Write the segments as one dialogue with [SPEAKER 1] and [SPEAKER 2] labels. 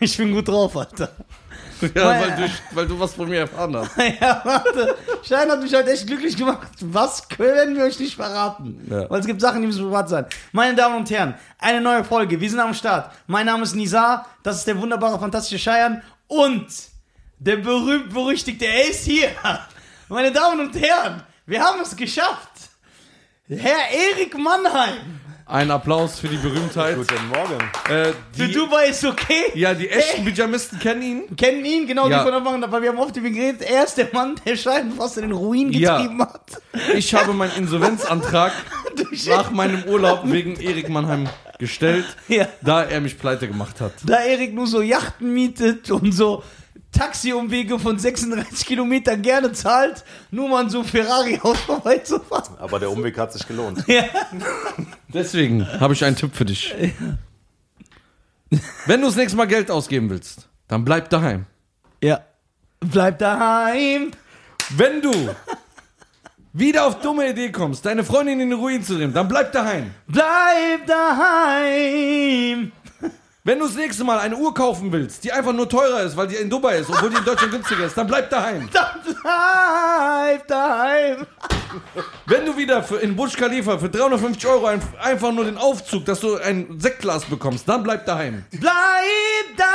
[SPEAKER 1] Ich bin gut drauf, Alter.
[SPEAKER 2] Ja,
[SPEAKER 1] Weil-
[SPEAKER 2] weil, du, ich- weil du was von mir erfahren hast.
[SPEAKER 1] Ja, warte. Stein hat mich halt echt glücklich gemacht. Was können wir euch nicht verraten?
[SPEAKER 2] Ja.
[SPEAKER 1] Weil es gibt Sachen, die müssen privat sein. Meine Damen und Herren, eine neue Folge. Wir sind am Start. Mein Name ist Nizar. Das ist der wunderbare, fantastische Scheiern. Und der berühmt-berüchtigte Ace hier. Meine Damen und Herren, wir haben es geschafft. Herr Erik Mannheim.
[SPEAKER 2] Ein Applaus für die Berühmtheit.
[SPEAKER 3] Guten Morgen.
[SPEAKER 2] Äh,
[SPEAKER 1] Für
[SPEAKER 2] die,
[SPEAKER 1] Dubai ist okay.
[SPEAKER 2] ja, die echten Pyjamisten kennen ihn.
[SPEAKER 1] Kennen ihn, genau,
[SPEAKER 2] Ja.
[SPEAKER 1] die von Anfang an, weil wir haben oft über ihn geredet. Er ist der Mann, der Schein fast in den Ruin
[SPEAKER 2] Ja.
[SPEAKER 1] getrieben hat.
[SPEAKER 2] Ich habe meinen Insolvenzantrag nach meinem Urlaub wegen Erik Mannheim gestellt,
[SPEAKER 1] Ja.
[SPEAKER 2] da er mich pleite gemacht hat.
[SPEAKER 1] Da Erik nur so Yachten mietet und so Taxiumwege von 36 Kilometern gerne zahlt, nur mal an so Ferrari aus vorbeizufahren.
[SPEAKER 3] Aber der Umweg hat sich gelohnt.
[SPEAKER 2] Deswegen habe ich einen Tipp für dich. Wenn du das nächste Mal Geld ausgeben willst, dann bleib daheim.
[SPEAKER 1] Ja. Bleib daheim.
[SPEAKER 2] Wenn du wieder auf dumme Idee kommst, deine Freundin in den Ruin zu nehmen, dann bleib daheim.
[SPEAKER 1] Bleib daheim.
[SPEAKER 2] Wenn du das nächste Mal eine Uhr kaufen willst, die einfach nur teurer ist, weil die in Dubai ist, obwohl die in Deutschland günstiger ist, dann bleib daheim.
[SPEAKER 1] Dann bleib daheim.
[SPEAKER 2] Wenn du wieder für, in Burj Khalifa für 350 Euro ein, einfach nur den Aufzug, dass du ein Sektglas bekommst, dann bleib daheim.
[SPEAKER 1] Bleib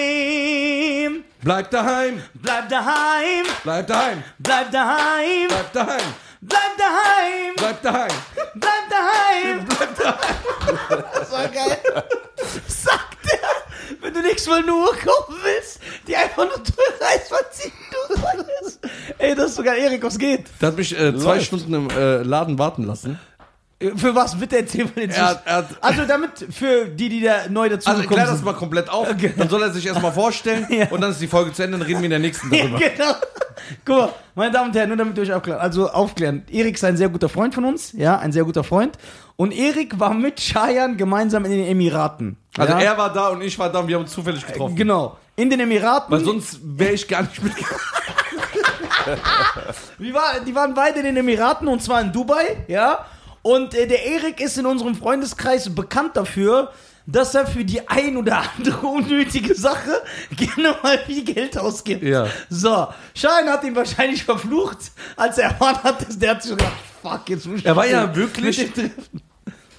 [SPEAKER 1] daheim.
[SPEAKER 2] Bleib daheim,
[SPEAKER 1] Bleib daheim.
[SPEAKER 2] bleib daheim,
[SPEAKER 1] Bleib daheim.
[SPEAKER 2] bleib daheim,
[SPEAKER 1] Bleib daheim. Bleib
[SPEAKER 2] bleib daheim.
[SPEAKER 1] daheim! Bleib daheim! Das war geil. Sagt er, wenn du nächstes Mal eine Uhr kaufen willst, die einfach nur teurer ist, was sie teurer ist. Ey, das ist sogar Erik, was geht?
[SPEAKER 2] Der hat mich äh, zwei
[SPEAKER 3] Läuft.
[SPEAKER 2] Stunden im äh, Laden warten lassen.
[SPEAKER 1] Für was? Bitte erzähl mal den
[SPEAKER 2] Er hat, er hat,
[SPEAKER 1] Also damit, für die, die da neu
[SPEAKER 2] also
[SPEAKER 1] dazugekommen
[SPEAKER 2] klär das
[SPEAKER 1] sind.
[SPEAKER 2] mal komplett auf, dann soll er sich erstmal vorstellen
[SPEAKER 1] Ja.
[SPEAKER 2] und dann ist die Folge zu Ende, dann reden wir in der nächsten
[SPEAKER 1] Ja,
[SPEAKER 2] darüber.
[SPEAKER 1] genau. Guck mal, meine Damen und Herren, nur damit ihr euch aufklären. Also aufklären. Erik ist ein sehr guter Freund von uns, ja, ein sehr guter Freund. Und Erik war mit Shayan gemeinsam in den Emiraten.
[SPEAKER 2] Also
[SPEAKER 1] ja?
[SPEAKER 2] er war da und ich war da und wir haben uns zufällig getroffen.
[SPEAKER 1] Genau. In den Emiraten.
[SPEAKER 2] Weil sonst wäre ich gar nicht mitgekommen.
[SPEAKER 1] Wir war, die waren beide in den Emiraten und zwar in Dubai, ja. Und äh, der Erik ist in unserem Freundeskreis bekannt dafür, dass er für die ein oder andere unnötige Sache gerne mal viel Geld ausgibt.
[SPEAKER 2] Ja.
[SPEAKER 1] So, Schein hat ihn wahrscheinlich verflucht, als er erfahren hat, dass der hat sich gedacht, fuck, jetzt muss ich
[SPEAKER 2] Er war ja wirklich.
[SPEAKER 1] mit dem treffen.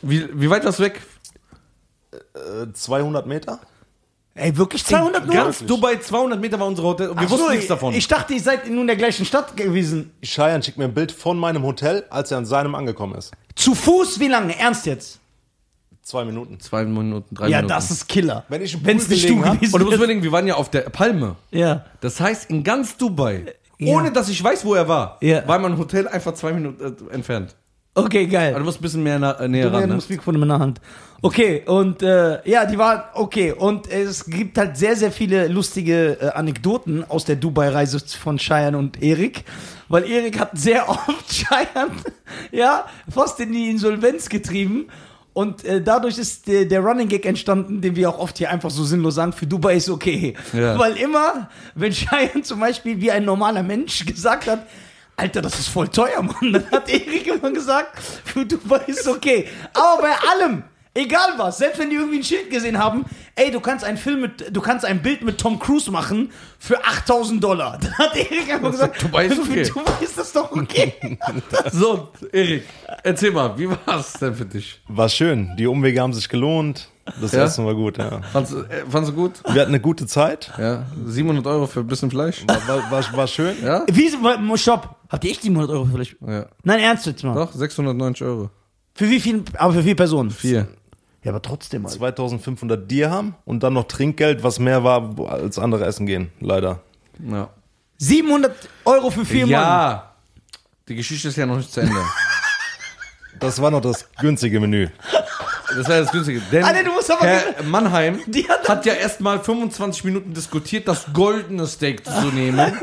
[SPEAKER 2] Wie, wie weit warst du weg?
[SPEAKER 3] Äh, 200 Meter?
[SPEAKER 1] Ey, wirklich 200 nur?
[SPEAKER 2] Ganz
[SPEAKER 3] Wirklich?
[SPEAKER 2] Dubai, 200 Meter war unsere Hotel. Und wir
[SPEAKER 1] Ach
[SPEAKER 2] wussten
[SPEAKER 1] so,
[SPEAKER 2] nichts davon.
[SPEAKER 1] Ich dachte, ihr seid nun in der gleichen Stadt gewesen.
[SPEAKER 3] Cheyenne schickt mir ein Bild von meinem Hotel, als er an seinem angekommen ist.
[SPEAKER 1] Zu Fuß wie lange? Ernst jetzt?
[SPEAKER 3] Zwei Minuten.
[SPEAKER 2] Zwei Minuten, drei
[SPEAKER 1] Ja,
[SPEAKER 2] Minuten.
[SPEAKER 1] das ist Killer.
[SPEAKER 3] Wenn ich im
[SPEAKER 1] Wenn's
[SPEAKER 3] Pool
[SPEAKER 1] nicht du
[SPEAKER 3] gelegen hab-
[SPEAKER 1] gewesen
[SPEAKER 2] Und du musst
[SPEAKER 1] wärst.
[SPEAKER 2] überlegen, wir waren ja auf der Palme.
[SPEAKER 1] Ja.
[SPEAKER 2] Das heißt, in ganz Dubai,
[SPEAKER 1] Ja.
[SPEAKER 2] ohne dass ich weiß, wo er war,
[SPEAKER 1] Ja.
[SPEAKER 2] war mein Hotel einfach zwei Minuten äh, entfernt.
[SPEAKER 1] Okay, geil.
[SPEAKER 2] Aber du musst ein bisschen mehr na, äh, näher
[SPEAKER 1] Ja,
[SPEAKER 2] ran.
[SPEAKER 1] du
[SPEAKER 2] Ne?
[SPEAKER 1] musst Mikrofon immer in der Hand. Okay, und äh, ja, die waren okay. Und es gibt halt sehr, sehr viele lustige äh, Anekdoten aus der Dubai-Reise von Cheyenne und Erik. Weil Erik hat sehr oft Cheyenne, ja, fast in die Insolvenz getrieben. Und äh, dadurch ist der, der Running Gag entstanden, den wir auch oft hier einfach so sinnlos sagen, für Dubai ist okay.
[SPEAKER 2] Ja.
[SPEAKER 1] Weil immer, wenn Cheyenne zum Beispiel wie ein normaler Mensch gesagt hat, Alter, das ist voll teuer, Mann. Dann hat Erik immer gesagt, für Dubai ist okay. Aber bei allem, egal was, selbst wenn die irgendwie ein Schild gesehen haben, ey, du kannst einen Film mit, du kannst ein Bild mit Tom Cruise machen für 8000 Dollar. Dann hat Erik einfach gesagt,
[SPEAKER 2] Dubai ist okay.
[SPEAKER 1] für Dubai ist das doch okay.
[SPEAKER 2] So, Erik, erzähl mal, wie war's denn für dich?
[SPEAKER 3] War schön. Die Umwege haben sich gelohnt. Das
[SPEAKER 2] Ja?
[SPEAKER 3] Essen war gut, ja.
[SPEAKER 2] Fandst, du- äh, fandst du gut?
[SPEAKER 3] Wir hatten eine gute Zeit.
[SPEAKER 2] Ja, 700 Euro für ein bisschen Fleisch.
[SPEAKER 3] War, war, war, war schön.
[SPEAKER 2] Ja?
[SPEAKER 1] Wie, Shop, habt ihr echt 700 Euro vielleicht?
[SPEAKER 2] Ja.
[SPEAKER 1] Nein, ernst jetzt mal.
[SPEAKER 2] Doch, 690 Euro.
[SPEAKER 1] Für wie viel, aber für vier Personen?
[SPEAKER 2] Vier.
[SPEAKER 1] Ja, aber trotzdem, Alter.
[SPEAKER 3] 2500 Dirham und dann noch Trinkgeld, was mehr war, wo- als andere essen gehen. Leider.
[SPEAKER 2] Ja.
[SPEAKER 1] 700 Euro für vier Mann.
[SPEAKER 2] ja. Die Geschichte ist ja noch nicht zu Ende.
[SPEAKER 3] Das war noch das günstige Menü.
[SPEAKER 2] Das war das Günstige. Denn
[SPEAKER 1] Alter, Ah, du musst aber-
[SPEAKER 2] Herr Mannheim
[SPEAKER 1] Die hat-
[SPEAKER 2] hat, ja erstmal 25 Minuten diskutiert, das goldene Steak zu nehmen.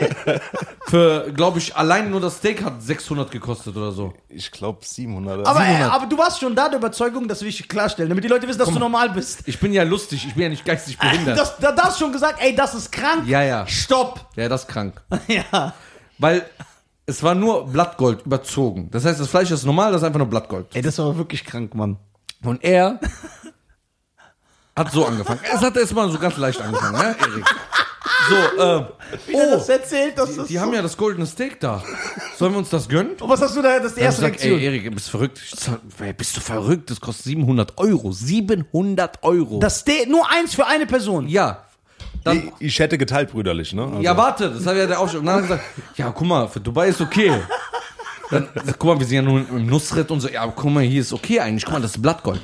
[SPEAKER 2] Für, glaube ich, allein nur das Steak hat 600 gekostet oder so.
[SPEAKER 3] Ich glaube 700.
[SPEAKER 1] Aber, äh,
[SPEAKER 2] 700.
[SPEAKER 1] aber du warst schon da der Überzeugung, das will ich klarstellen, damit die Leute wissen, dass du normal bist.
[SPEAKER 2] Ich bin ja lustig, ich bin ja nicht geistig behindert.
[SPEAKER 1] Das, da, da hast du schon gesagt, ey, das ist krank.
[SPEAKER 2] ja, ja.
[SPEAKER 1] Stopp.
[SPEAKER 2] Ja, das ist krank.
[SPEAKER 1] Ja.
[SPEAKER 2] Weil es war nur Blattgold überzogen. Das heißt, das Fleisch ist normal, das ist einfach nur Blattgold.
[SPEAKER 1] Ey, das war wirklich krank, Mann.
[SPEAKER 2] Und er Hat so angefangen. Es hat erstmal so ganz leicht angefangen, ne, Erik? So, ähm,
[SPEAKER 1] Wie der
[SPEAKER 2] oh,
[SPEAKER 1] das erzählt, dass das
[SPEAKER 2] die
[SPEAKER 1] so-
[SPEAKER 2] haben ja das goldene Steak da. Sollen wir uns das gönnen?
[SPEAKER 1] Und was hast du da, das ist die
[SPEAKER 2] Ich
[SPEAKER 1] erste
[SPEAKER 2] sag, ey,
[SPEAKER 1] Reaktion?
[SPEAKER 2] Erik, du bist verrückt. Ich sag, ey, bist du verrückt? Das kostet 700 Euro. 700 Euro.
[SPEAKER 1] Das Ste nur eins für eine Person.
[SPEAKER 2] ja. Dann,
[SPEAKER 3] Ich, ich hätte geteilt brüderlich, ne? Also,
[SPEAKER 2] ja, warte, das hat ja der Aufschlag. Und dann hat er gesagt, ja, guck mal, für Dubai ist okay. Dann, guck mal, wir sind ja nur im Nussritt und so. Ja, guck mal, hier ist okay eigentlich. Guck mal, das ist Blattgold.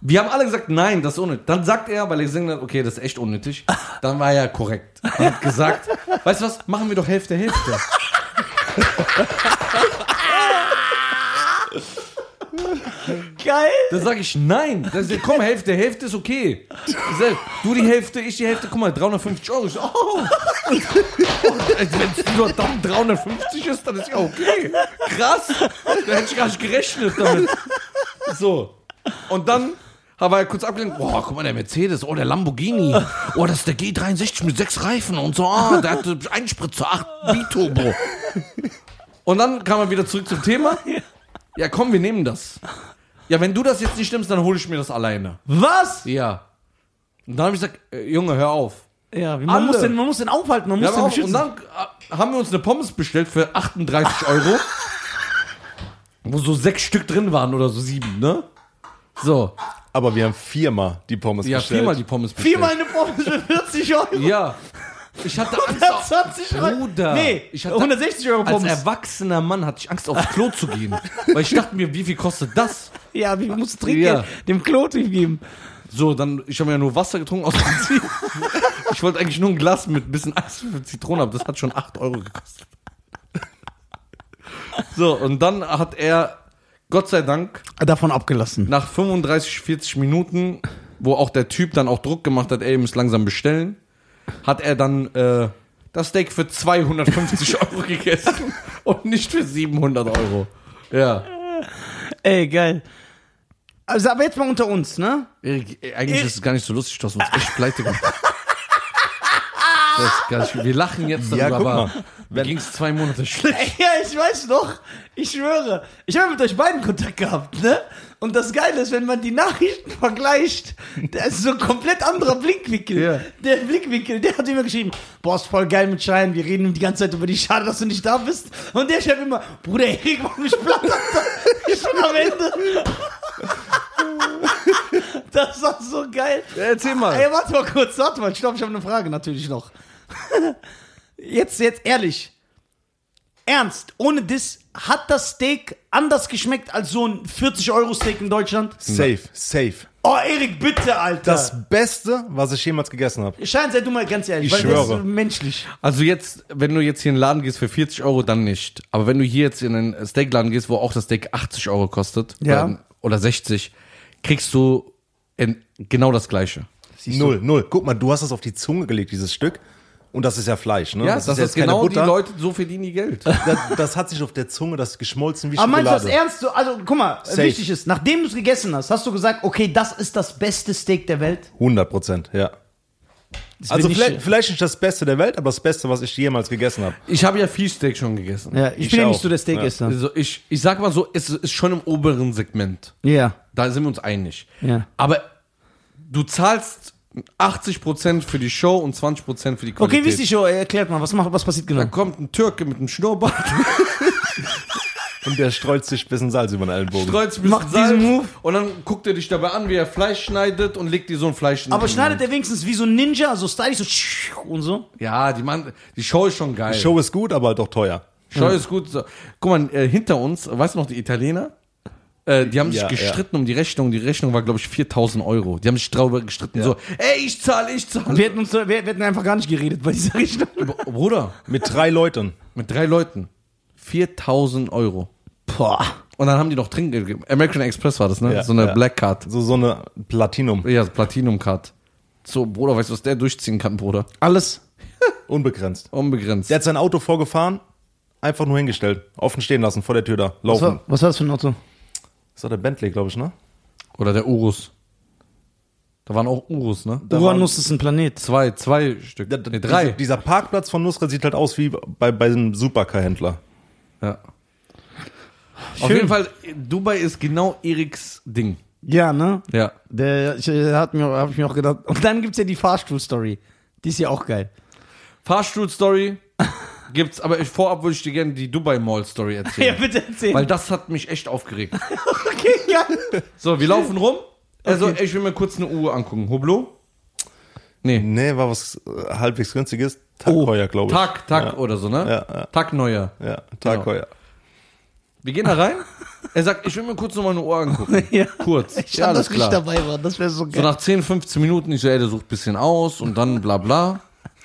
[SPEAKER 2] Wir haben alle gesagt, nein, das ist unnötig. Dann sagt er, weil er gesehen hat, okay, das ist echt unnötig. Dann war er korrekt. Er hat gesagt, weißt du was, machen wir doch Hälfte, Hälfte.
[SPEAKER 1] Geil.
[SPEAKER 2] Dann sage ich, nein. Dann sagt, er, komm, Hälfte, Hälfte ist okay. Ich sag, Du die Hälfte, ich die Hälfte. Guck mal, 350 Euro. Ich so, oh. Wenn es nur dann 350 ist, dann ist ja okay. Krass. Da hätte ich gar nicht gerechnet damit. So. Und dann habe ich kurz abgelenkt, boah, guck mal, der Mercedes, oh, der Lamborghini, oh, das ist der G63 mit sechs Reifen und so, ah, der hat Einspritzer, 8 Biturbo. Und dann kam er wieder zurück zum Thema. Ja, komm, wir nehmen das. Ja, wenn du das jetzt nicht nimmst, dann hole ich mir das alleine.
[SPEAKER 1] Was?
[SPEAKER 2] Ja. Und dann habe ich gesagt, äh, Junge, hör auf.
[SPEAKER 1] Ja, wie- man,
[SPEAKER 2] Alle.
[SPEAKER 1] muss den, man muss den aufhalten, man muss
[SPEAKER 2] Ja,
[SPEAKER 1] den
[SPEAKER 2] aber auch,
[SPEAKER 1] beschützen.
[SPEAKER 2] und dann äh, haben wir uns eine Pommes bestellt für 38 Euro. wo so sechs Stück drin waren oder so sieben, ne? So.
[SPEAKER 3] Aber wir haben viermal die Pommes
[SPEAKER 2] Ja,
[SPEAKER 3] bestellt.
[SPEAKER 2] viermal die Pommes bestellt.
[SPEAKER 1] Viermal eine Pommes für 40 Euro.
[SPEAKER 2] Ja. Ich hatte Angst auf.
[SPEAKER 1] 120 Euro.
[SPEAKER 2] Bruder.
[SPEAKER 1] Nee,
[SPEAKER 2] Ich hatte-
[SPEAKER 1] 160 Euro
[SPEAKER 2] Als
[SPEAKER 1] Pommes.
[SPEAKER 2] erwachsener Mann hatte ich Angst, aufs Klo zu gehen. Weil ich dachte mir, wie viel kostet das?
[SPEAKER 1] Ja, wir mussten Trinkgeld
[SPEAKER 2] Ja.
[SPEAKER 1] dem Klo geben.
[SPEAKER 2] So, dann, ich habe ja nur Wasser getrunken aus Prinzip. ich wollte eigentlich nur ein Glas mit ein bisschen Eis mit Zitrone haben. Das hat schon 8 Euro gekostet. So, und dann hat er, Gott sei Dank,
[SPEAKER 1] Davon abgelassen.
[SPEAKER 2] nach 35, 40 Minuten, wo auch der Typ dann auch Druck gemacht hat, ey, ihr müsst langsam bestellen, hat er dann äh, das Steak für 250 Euro gegessen und nicht für 700 Euro. Ja.
[SPEAKER 1] Ey, geil. Also, aber jetzt mal unter uns, ne?
[SPEAKER 2] Erik, äh, eigentlich ist es gar nicht so lustig, dass uns echt pleite gemacht hat. das ist gar nicht, Wir lachen jetzt darüber,
[SPEAKER 3] Ja, guck
[SPEAKER 2] aber
[SPEAKER 3] mal.
[SPEAKER 2] mir ging es zwei Monate schlecht.
[SPEAKER 1] Ja, ich weiß noch. Ich schwöre. Ich habe mit euch beiden Kontakt gehabt, ne? Und das Geile ist, wenn man die Nachrichten vergleicht, da ist so ein komplett anderer Blickwinkel.
[SPEAKER 2] Ja.
[SPEAKER 1] Der Blickwinkel, der hat immer geschrieben, boah, ist voll geil mit Schein, wir reden die ganze Zeit über dich, schade, dass du nicht da bist. Und der schreibt immer, Bruder, Erik, mach mich platt, Alter. Ich bin am Ende. Das war so geil.
[SPEAKER 2] Erzähl mal.
[SPEAKER 1] Ey, warte mal kurz, warte mal. Ich glaube, ich habe eine Frage natürlich noch. Jetzt, jetzt ehrlich. Ernst, ohne Diss, hat das Steak anders geschmeckt als so ein 40-Euro-Steak in Deutschland?
[SPEAKER 3] Safe, safe.
[SPEAKER 1] Oh, Erik, bitte, Alter.
[SPEAKER 3] Das Beste, was ich jemals gegessen habe.
[SPEAKER 1] Schein, sei du mal ganz ehrlich,
[SPEAKER 3] Ich
[SPEAKER 1] weil das
[SPEAKER 3] schwöre.
[SPEAKER 1] ist menschlich.
[SPEAKER 2] Also jetzt, wenn du jetzt hier in den Laden gehst für 40 Euro, dann nicht. Aber wenn du hier jetzt in einen Steakladen gehst, wo auch das Steak 80 Euro kostet
[SPEAKER 1] Ja.
[SPEAKER 2] oder, oder 60, kriegst du in genau das Gleiche.
[SPEAKER 3] Null, null. Guck mal, du hast das auf die Zunge gelegt, dieses Stück. Und das ist ja Fleisch, ne?
[SPEAKER 2] Ja, das, ist,
[SPEAKER 3] jetzt keine
[SPEAKER 2] genau die
[SPEAKER 3] Butter.
[SPEAKER 2] Leute, so verdienen die Geld.
[SPEAKER 3] Das, das hat sich auf der Zunge, das ist geschmolzen wie
[SPEAKER 1] Aber meinst du das
[SPEAKER 3] Schokolade.
[SPEAKER 1] ernst? Du- Also, guck mal, äh,
[SPEAKER 3] Safe.
[SPEAKER 1] wichtig ist, nachdem du es gegessen hast, hast du gesagt, okay, das ist das beste Steak der Welt?
[SPEAKER 3] 100 Prozent, ja.
[SPEAKER 1] Das
[SPEAKER 3] Also
[SPEAKER 1] bin
[SPEAKER 3] vielleicht,
[SPEAKER 1] ich,
[SPEAKER 3] vielleicht nicht das Beste der Welt, aber das Beste, was ich jemals gegessen habe.
[SPEAKER 2] Ich habe ja viel Steak schon gegessen.
[SPEAKER 1] ja, ich,
[SPEAKER 3] ich
[SPEAKER 1] bin ja
[SPEAKER 3] auch.
[SPEAKER 1] nicht so der Steakesser. Ja.
[SPEAKER 2] Also ich, ich sag mal so, es ist schon im oberen Segment. Da sind wir uns einig.
[SPEAKER 1] Ja.
[SPEAKER 2] Aber du zahlst 80% für die Show und 20% für die Qualität.
[SPEAKER 1] Okay, wie ist die Show? äh, Erklärt mal, was, macht, was passiert genau?
[SPEAKER 2] Da kommt ein Türke mit einem Schnurrbart,
[SPEAKER 3] Und der streut sich ein bisschen Salz über den Ellenbogen.
[SPEAKER 2] streut sich ein bisschen
[SPEAKER 1] Macht diesen
[SPEAKER 2] Salz
[SPEAKER 1] Move.
[SPEAKER 2] und dann guckt er dich dabei an, wie er Fleisch schneidet und legt dir so ein Fleisch in
[SPEAKER 1] Aber
[SPEAKER 2] den
[SPEAKER 1] schneidet er wenigstens wie so ein Ninja, so stylisch, so und so?
[SPEAKER 2] Mund. Ja, die, Mann, die Show ist schon geil.
[SPEAKER 3] Die Show ist gut, aber halt auch teuer.
[SPEAKER 2] Scheu ist gut. So. Guck mal, äh, hinter uns, äh, weißt du noch, die Italiener? Äh, die haben sich
[SPEAKER 3] Ja,
[SPEAKER 2] gestritten um die Rechnung. Die Rechnung war, glaube ich, 4000 Euro. Die haben sich darüber gestritten. So, ey, ich zahle, ich zahle.
[SPEAKER 1] Also Wir hätten, uns, wir, wir hätten einfach gar nicht geredet bei dieser Richtung.
[SPEAKER 2] Bruder,
[SPEAKER 3] Mit drei Leuten.
[SPEAKER 2] mit drei Leuten. 4000 Euro.
[SPEAKER 1] Boah.
[SPEAKER 2] Und dann haben die noch Trinkgeld gegeben. American Express war das, ne?
[SPEAKER 3] Ja,
[SPEAKER 2] so eine
[SPEAKER 3] ja.
[SPEAKER 2] Black Card.
[SPEAKER 3] So, so eine Platinum.
[SPEAKER 2] Ja, Platinum Card. So, Bruder, weißt du, was der durchziehen kann, Bruder?
[SPEAKER 1] Alles.
[SPEAKER 3] Unbegrenzt.
[SPEAKER 2] Unbegrenzt.
[SPEAKER 3] Der hat sein Auto vorgefahren, einfach nur hingestellt. Offen stehen lassen, vor der Tür da.
[SPEAKER 1] Was
[SPEAKER 3] Laufen.
[SPEAKER 1] war, was war das für ein Auto?
[SPEAKER 3] Das war der Bentley, glaube ich, ne?
[SPEAKER 2] Oder der Urus. Da waren auch Urus, ne?
[SPEAKER 3] Da
[SPEAKER 1] Uranus ist ein Planet.
[SPEAKER 2] Zwei, zwei Stück.
[SPEAKER 3] Da, da,
[SPEAKER 2] nee, drei.
[SPEAKER 3] Dieser, dieser Parkplatz von Nusra sieht halt aus wie bei, bei einem Supercar-Händler.
[SPEAKER 2] Ja. Auf jeden Fall, Dubai ist genau Eriks Ding.
[SPEAKER 1] Ja, ne?
[SPEAKER 2] Ja.
[SPEAKER 1] Der ich, äh, hat mir, hab ich mir auch gedacht. Und dann gibt's ja die Fahrstuhl-Story. Die ist ja auch geil.
[SPEAKER 2] Fahrstuhl-Story gibt's, aber ich, vorab würde ich dir gerne die Dubai Mall-Story erzählen.
[SPEAKER 1] bitte erzähl.
[SPEAKER 2] Weil das hat mich echt aufgeregt.
[SPEAKER 1] okay, ja.
[SPEAKER 2] So, wir laufen rum. Also, ich will mir kurz eine Uhr angucken. Hublot? Nee.
[SPEAKER 3] Nee, war was äh, halbwegs günstiges. Tag
[SPEAKER 2] Oh,
[SPEAKER 3] heuer, glaube ich.
[SPEAKER 2] Tag, Tag oder so, ne?
[SPEAKER 3] Ja, ja.
[SPEAKER 2] Tag Neuer.
[SPEAKER 3] Ja, Tag
[SPEAKER 2] Genau.
[SPEAKER 3] heuer.
[SPEAKER 2] Wir gehen da rein. Er sagt, ich will mir kurz nochmal eine Uhr angucken.
[SPEAKER 1] Ja.
[SPEAKER 2] Kurz.
[SPEAKER 1] Ich ja, dass ich nicht dabei war. Das wäre so
[SPEAKER 2] So
[SPEAKER 1] geil.
[SPEAKER 2] nach 10, 15 Minuten, ich so, ey, der sucht ein bisschen aus und dann bla bla.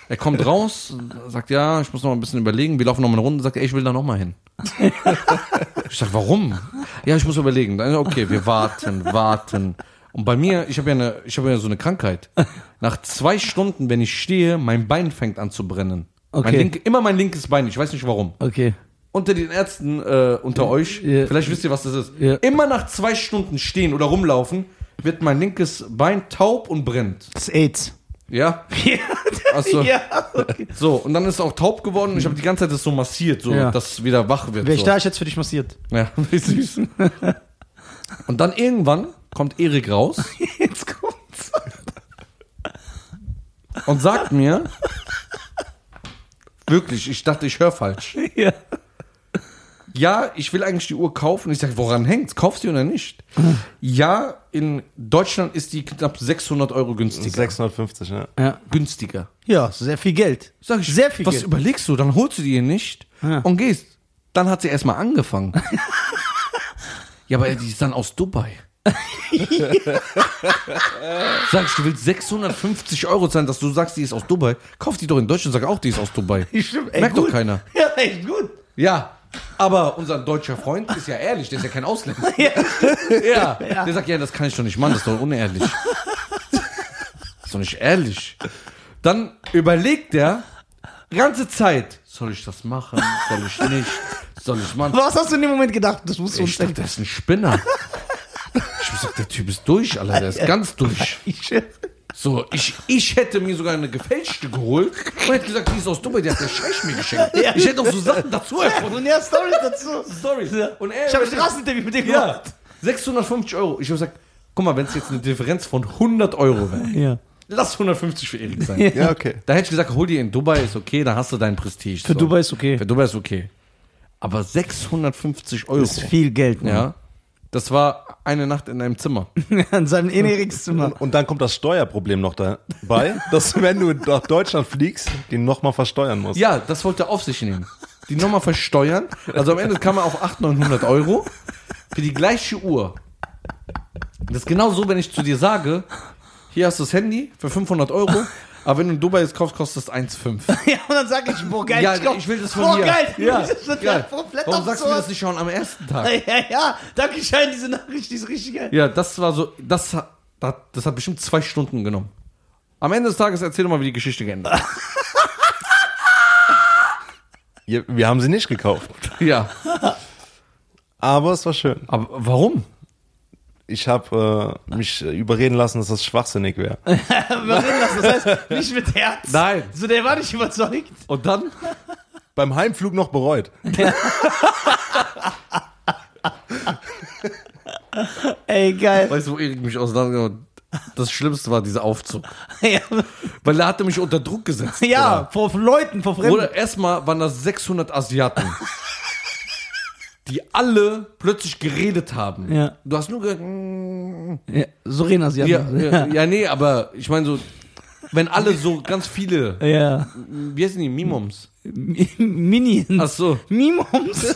[SPEAKER 2] Er kommt raus, sagt, ja, ich muss noch mal ein bisschen überlegen. Wir laufen noch mal eine Runde, sagt, ey, ich will da noch mal hin. ich sag, warum? Ja, ich muss überlegen. Dann, okay, wir warten, warten. Und bei mir, ich habe ja, eine, ich hab ja so eine Krankheit. Nach zwei Stunden, wenn ich stehe, mein Bein fängt an zu brennen.
[SPEAKER 1] Okay.
[SPEAKER 2] Mein link, immer mein linkes Bein, ich weiß nicht warum.
[SPEAKER 1] Okay.
[SPEAKER 2] Unter den Ärzten äh, unter euch,
[SPEAKER 1] Ja.
[SPEAKER 2] vielleicht wisst ihr, was das ist.
[SPEAKER 1] Ja.
[SPEAKER 2] Immer nach zwei Stunden stehen oder rumlaufen, wird mein linkes Bein taub und brennt.
[SPEAKER 1] Das ist AIDS.
[SPEAKER 2] Ja? Ach so.
[SPEAKER 1] Ja, okay.
[SPEAKER 2] So, und dann ist es auch taub geworden und ich habe die ganze Zeit das so massiert, so,
[SPEAKER 1] Ja.
[SPEAKER 2] dass es wieder wach wird.
[SPEAKER 1] Wäre ich
[SPEAKER 2] so.
[SPEAKER 1] da, ich hätte für dich massiert.
[SPEAKER 2] Ja, wie süß. Und dann irgendwann kommt Erik raus
[SPEAKER 1] Jetzt kommt's.
[SPEAKER 2] und sagt mir, wirklich, ich dachte, ich höre falsch.
[SPEAKER 1] Ja.
[SPEAKER 2] Ja, ich will eigentlich die Uhr kaufen. Ich sage, woran hängt's? Kaufst du die oder nicht? ja, in Deutschland ist die knapp 600 Euro günstiger.
[SPEAKER 3] 650, ne?
[SPEAKER 1] Ja.
[SPEAKER 2] günstiger.
[SPEAKER 1] ja, sehr viel Geld.
[SPEAKER 2] Sag ich,
[SPEAKER 1] sehr viel
[SPEAKER 2] was
[SPEAKER 1] Geld.
[SPEAKER 2] überlegst du? Dann holst du die nicht
[SPEAKER 1] Ja.
[SPEAKER 2] und gehst. Dann hat sie erstmal angefangen. ja, aber die ist dann aus Dubai. Sagst du, willst 650 Euro zahlen, dass du sagst, die ist aus Dubai? Kauf die doch in Deutschland, sag auch, die ist aus Dubai.
[SPEAKER 1] Stimmt,
[SPEAKER 2] Merkt doch keiner.
[SPEAKER 1] Ja, echt gut.
[SPEAKER 2] Ja, aber unser deutscher Freund ist ja ehrlich, der ist ja kein Ausländer.
[SPEAKER 1] Ja.
[SPEAKER 2] Ja. Der sagt, ja, das kann ich doch nicht machen, das ist doch unehrlich. Das ist doch nicht ehrlich. Dann überlegt er ganze Zeit, soll ich das machen, soll ich nicht, soll ich machen.
[SPEAKER 1] Was hast du in dem Moment gedacht? Das musst du
[SPEAKER 2] Ich
[SPEAKER 1] uns
[SPEAKER 2] dachte, der ist ein Spinner. Ich hab gesagt, der Typ ist durch, Alter, der ist ganz durch.
[SPEAKER 1] Ich-
[SPEAKER 2] So, ich, ich hätte mir sogar eine gefälschte geholt und hätte gesagt, die ist aus Dubai, die hat der Scheich mir geschenkt.
[SPEAKER 1] Ja.
[SPEAKER 2] Ich hätte auch so Sachen dazu erfunden.
[SPEAKER 1] Und ja, Story dazu.
[SPEAKER 2] Stories. Und er
[SPEAKER 1] Ich habe
[SPEAKER 2] überlegt-
[SPEAKER 1] Straßentermin mit dem
[SPEAKER 2] ja,
[SPEAKER 1] gemacht.
[SPEAKER 2] 650 Euro. Ich habe gesagt, guck mal, wenn es jetzt eine Differenz von 100 Euro wäre,
[SPEAKER 1] Ja.
[SPEAKER 2] lass 150 für Erik sein.
[SPEAKER 3] Ja, okay.
[SPEAKER 2] Da hätte ich gesagt, hol dir in Dubai, ist okay, da hast du dein Prestige.
[SPEAKER 1] Für Dubai ist okay.
[SPEAKER 2] Für Dubai ist okay. Aber 650 Euro,
[SPEAKER 1] Das ist viel Geld, ne?
[SPEAKER 2] ja, das war eine Nacht in einem Zimmer.
[SPEAKER 1] An seinem Enerikszimmer.
[SPEAKER 3] Und dann kommt das Steuerproblem noch dabei, dass wenn du nach Deutschland fliegst, die nochmal versteuern musst.
[SPEAKER 2] Ja, das wollte er auf sich nehmen. Die Nummer versteuern. Also am Ende kam er auf 800, 900 Euro für die gleiche Uhr. Das ist genau so, wenn ich zu dir sage, hier hast du das Handy für 500 Euro, aber wenn du in Dubai es kaufst, kostet es 1,5.
[SPEAKER 1] Ja, und dann sag ich, boah, geil.
[SPEAKER 2] Ja,
[SPEAKER 1] glaub-
[SPEAKER 2] ich will das von
[SPEAKER 1] boah,
[SPEAKER 2] dir.
[SPEAKER 1] geil.
[SPEAKER 2] Ja,
[SPEAKER 1] Das wird
[SPEAKER 2] geil.
[SPEAKER 1] komplett
[SPEAKER 2] Warum sagst du mir
[SPEAKER 1] absurd.
[SPEAKER 2] das nicht schon am ersten Tag?
[SPEAKER 1] Ja, ja, ja. Danke, Schein, diese Nachricht, die ist richtig geil.
[SPEAKER 2] Ja, das war so, das hat, das hat bestimmt zwei Stunden genommen. Am Ende des Tages erzähl doch mal, wie die Geschichte geendet hat.
[SPEAKER 3] Ja, Wir haben sie nicht gekauft.
[SPEAKER 2] Ja,
[SPEAKER 3] Aber es war schön.
[SPEAKER 2] aber warum?
[SPEAKER 3] Ich habe äh, mich äh, überreden lassen, dass das schwachsinnig wäre.
[SPEAKER 1] Wir reden lassen, das heißt, nicht mit Herz.
[SPEAKER 2] Nein.
[SPEAKER 1] So, der war nicht überzeugt.
[SPEAKER 2] Und dann?
[SPEAKER 3] Beim Heimflug noch bereut.
[SPEAKER 1] Ey, geil.
[SPEAKER 2] Weißt du, wo Erik mich auseinandergenommen hat? Das Schlimmste war dieser Aufzug.
[SPEAKER 1] Ja,
[SPEAKER 2] Weil er hatte mich unter Druck gesetzt.
[SPEAKER 1] ja vor Leuten, vor Fremden.
[SPEAKER 2] Oder erstmal waren das 600 Asiaten, die alle plötzlich geredet haben.
[SPEAKER 1] Ja.
[SPEAKER 2] Du hast nur gehört, mm,
[SPEAKER 1] ja, so reden
[SPEAKER 2] ja,
[SPEAKER 1] Asiaten.
[SPEAKER 2] ja, ja, nee, aber ich meine so, wenn alle so ganz viele, ähm,
[SPEAKER 1] Ja.
[SPEAKER 2] wie heißen die, Mimoms?
[SPEAKER 1] Mi- Minions.
[SPEAKER 2] Ach so,
[SPEAKER 1] Mimoms.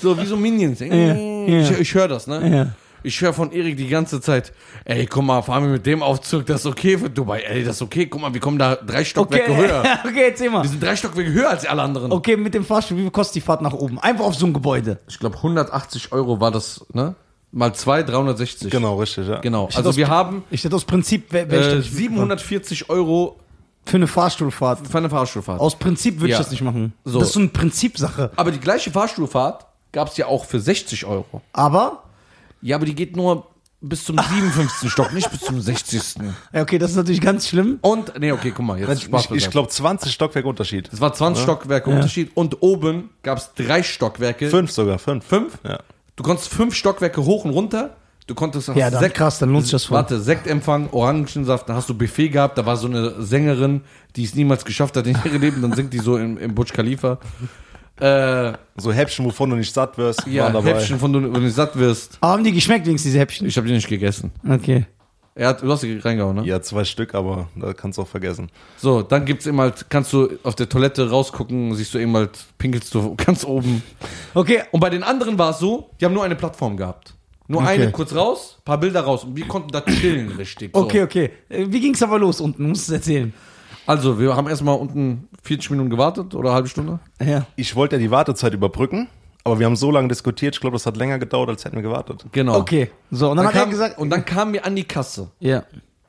[SPEAKER 2] so wie so Minions. Ich, ich höre das, ne?
[SPEAKER 1] Ja.
[SPEAKER 2] Ich höre von Erik die ganze Zeit, ey, guck mal, fahren wir mit dem Aufzug, das ist okay für Dubai. Ey, das ist okay, guck mal, wir kommen da drei
[SPEAKER 1] Okay,
[SPEAKER 2] Stockwerke höher.
[SPEAKER 1] okay, erzähl mal.
[SPEAKER 2] Wir sind drei Stockwerke höher als alle anderen.
[SPEAKER 1] Okay, mit dem Fahrstuhl, wie viel kostet die Fahrt nach oben? Einfach auf so ein Gebäude.
[SPEAKER 2] Ich glaube, 180 Euro war das, ne? Mal zwei, 360.
[SPEAKER 3] Genau, richtig, ja.
[SPEAKER 2] Genau.
[SPEAKER 1] hätte
[SPEAKER 2] Also
[SPEAKER 1] aus-
[SPEAKER 2] wir haben
[SPEAKER 1] Ich hätte aus Prinzip, wär, wär ich da
[SPEAKER 2] äh,
[SPEAKER 1] nicht mitgefahren.
[SPEAKER 2] 740 Euro
[SPEAKER 1] für eine Fahrstuhlfahrt.
[SPEAKER 2] für eine Fahrstuhlfahrt.
[SPEAKER 1] Aus Prinzip würde
[SPEAKER 2] Ja.
[SPEAKER 1] ich das nicht machen.
[SPEAKER 2] So.
[SPEAKER 1] Das ist so eine Prinzipsache.
[SPEAKER 2] aber die gleiche Fahrstuhlfahrt gab es ja auch für 60 Euro.
[SPEAKER 1] Aber,
[SPEAKER 2] Ja, aber die geht nur bis zum 57. Stock, nicht bis zum 60.
[SPEAKER 1] ja, okay, das ist natürlich ganz schlimm.
[SPEAKER 2] Und, nee, okay, guck mal, jetzt Spaß
[SPEAKER 3] Ich, ich
[SPEAKER 2] beiseite.
[SPEAKER 3] glaube, 20 Stockwerke Unterschied.
[SPEAKER 2] Es war 20 Stockwerke Unterschied und oben gab es drei Stockwerke.
[SPEAKER 3] Fünf sogar, fünf.
[SPEAKER 2] Fünf?
[SPEAKER 3] Ja.
[SPEAKER 2] Du konntest fünf Stockwerke hoch und runter. Du konntest
[SPEAKER 1] Ja, dann krass, dann lohnt sich das voll.
[SPEAKER 2] Warte, Sektempfang, Orangensaft, dann hast du Buffet gehabt, da war so eine Sängerin, die es niemals geschafft hat in ihrem Leben, dann singt die so im, im Butch Khalifa. Äh,
[SPEAKER 3] So Häppchen, wovon du nicht satt wirst,
[SPEAKER 2] ja,
[SPEAKER 3] waren dabei.
[SPEAKER 2] Häppchen, von du, wenn du satt wirst.
[SPEAKER 1] Aber haben die geschmeckt wenigstens, diese Häppchen?
[SPEAKER 2] Ich habe die nicht gegessen.
[SPEAKER 1] Okay.
[SPEAKER 2] Er hat, du hast sie reingehauen, ne?
[SPEAKER 3] Ja, zwei Stück, aber da kannst du auch vergessen.
[SPEAKER 2] So, dann gibt's eben halt, kannst du auf der Toilette rausgucken, siehst du eben halt, pinkelst du ganz oben.
[SPEAKER 1] Okay,
[SPEAKER 2] Und bei den anderen war es so, die haben nur eine Plattform gehabt. Nur eine
[SPEAKER 1] Okay.
[SPEAKER 2] kurz raus, paar Bilder raus und wir konnten da chillen richtig. so.
[SPEAKER 1] okay, okay. Äh, Wie ging's aber los unten? Du musst es erzählen.
[SPEAKER 2] Also, wir haben erstmal unten 40 Minuten gewartet oder eine halbe Stunde.
[SPEAKER 1] Ja.
[SPEAKER 3] Ich wollte ja die Wartezeit überbrücken, aber wir haben so lange diskutiert, ich glaube, das hat länger gedauert, als hätten wir gewartet.
[SPEAKER 2] Genau.
[SPEAKER 1] Okay. So, und dann,
[SPEAKER 2] Dann
[SPEAKER 1] hat
[SPEAKER 2] kam,
[SPEAKER 1] er gesagt.
[SPEAKER 2] und dann kamen wir an die Kasse.
[SPEAKER 1] ja.